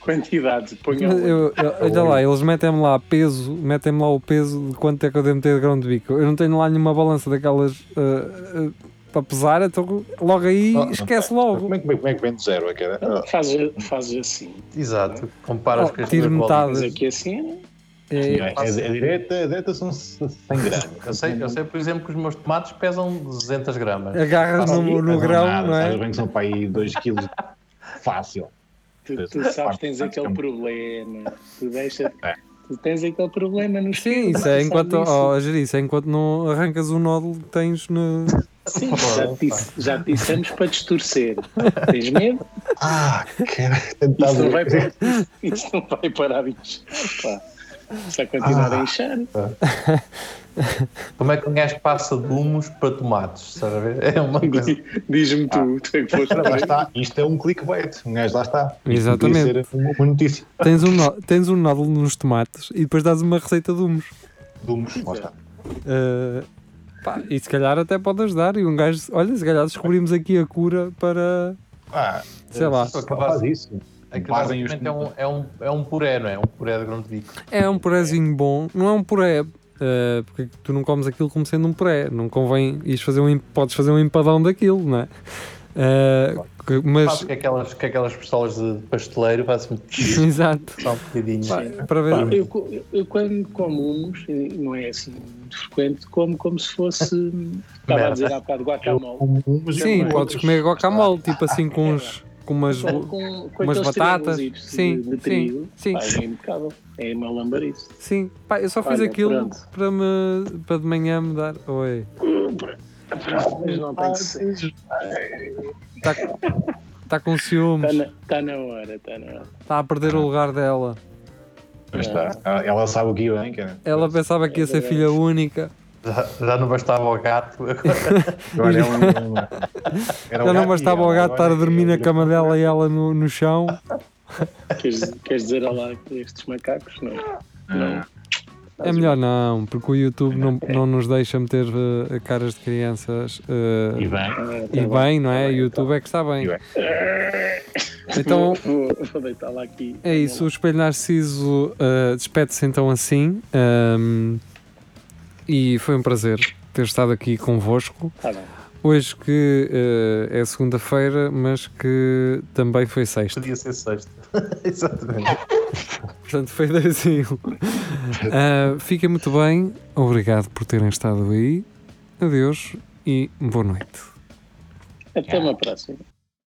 D: Quantidade, ponham.
A: Eu- eu- olha lá, eles metem-me lá peso, metem-me lá o peso de quanto é que eu devo meter de grão de bico. Eu não tenho lá nenhuma balança daquelas ah, ah, para pesar, então logo aí
C: Oh,
A: esquece logo.
C: Como é, que- como é, que vem de zero? É que era? Ah,
D: Fazes fazes um. assim.
B: Exato, comparas
A: Oh,
B: com as
A: tiro
B: tuas
A: metade.
D: Mas aqui assim, né?
A: É-
C: é, é, é direta, a direta são 100 gramas.
B: bolinhas. Eu sei, eu sei, por exemplo, que os meus tomates pesam 200
A: É
B: gramas.
A: agarras
B: Faço
A: no, no grão, não
C: Sabes
A: é?
C: bem que são para aí 2
A: <laughs>
C: quilos fácil.
D: Tu, tu
C: Pois é.
D: sabes, tens aquele problema. Tu deixa. Tu tens aquele problema nos
A: Sim, isso é enquanto, oh, gerir, isso é enquanto não arrancas o nódulo que tens no. assim. oh,
D: Sim, já te, disse- já te dissemos para distorcer. Tens medo?
C: Ah, quero tentar
D: Isto não vai,
C: ver.
D: parar- isto não vai parar de encher. Pá. Se a continuar
C: Ah,
D: a inchar,
C: tá
B: Como é que um gajo passa de humus para tomates? Estás a ver? É uma coisa.
D: di- diz-me
C: Ah.
D: tu, tu é que foste
C: Lá
D: ver.
C: está, isto é um clickbait. Um gajo lá está. Isto
A: Exatamente.
C: podia ser uma, uma notícia.
A: Tens um, nó- tens um nódulo nos tomates e depois dás uma receita de humus.
C: Dumos, lá está.
A: Ah, pá, e se calhar até pode ajudar. E um gajo, olha, se calhar descobrimos aqui a cura para.
C: Ah,
A: Sei lá.
C: só faz isso.
B: Aquilo
C: Fazem os-
B: basicamente é um, é, um, é um puré, não é? Um puré de grão de bico.
A: É um purézinho bom, não é um puré. ah, porque tu não comes aquilo como sendo um puré, não convém. Ires fazer um, em- podes fazer um empadão daquilo, não é? Ah, que- mas.
B: Faço com aquelas, com aquelas pistolas de pasteleiro, faço-me só
A: <laughs> Exato.
B: um bocadinho.
A: Pá, para ver.
D: Eu, co- eu quando como humus, e não é assim muito frequente, como como se fosse. Estava a
B: Merda.
D: dizer há bocado
C: Eu
D: guacamole.
C: como umas e
A: Sim,
C: como
A: podes
C: outras.
A: comer guacamole, tipo assim com uns. Com umas.
D: Com, com, com
A: umas
D: aqueles
A: batatas.
D: triângulos
A: Sim,
D: de, de
A: sim,
D: trigo.
A: sim.
D: Pá, é impecável. É uma lambarice.
A: Sim, pá, eu só fiz
D: Olha,
A: aquilo
D: pronto.
A: para me para de manhã me dar. Oi.
D: Mas não tem que ser.
A: Está tá com
D: Está
A: ciúmes,
D: na, tá na hora, está na hora.
A: está a perder o lugar dela.
C: Lá está. Ah, Ela sabe o que vem, cara.
A: Ela pensava que ia ser filha única.
B: Já, já não bastava o gato, <laughs> agora um,
C: Agora ela é uma- era o
A: Já não
C: gato
A: bastava
C: e
A: o
C: ela
A: gato estar a
C: agora é
A: dormir na
C: vira-
A: cama dela e ela no, no chão.
D: Queres, queres dizer olá a estes macacos? Não. Não.
A: É melhor não, porque o YouTube não, não nos deixa meter eh, caras de crianças. eh,
C: E vem.
D: Ah, tá
A: e
D: bom.
A: bem, não é? O YouTube é que está bem.
C: E bem.
A: Então,
D: Vou, vou- vou deitá-la aqui.
A: É isso, o espelho Narciso uh, despede-se então assim. um, e foi um prazer ter estado aqui convosco.
D: Está Tá bem.
A: Hoje que uh, é segunda-feira, mas que também foi sexta. <laughs>
B: podia ser sexta. <laughs> Exatamente.
A: Portanto, foi doisinho. Uh, fiquem muito bem. Obrigado por terem estado aí. Adeus e boa noite.
D: Até uma próxima.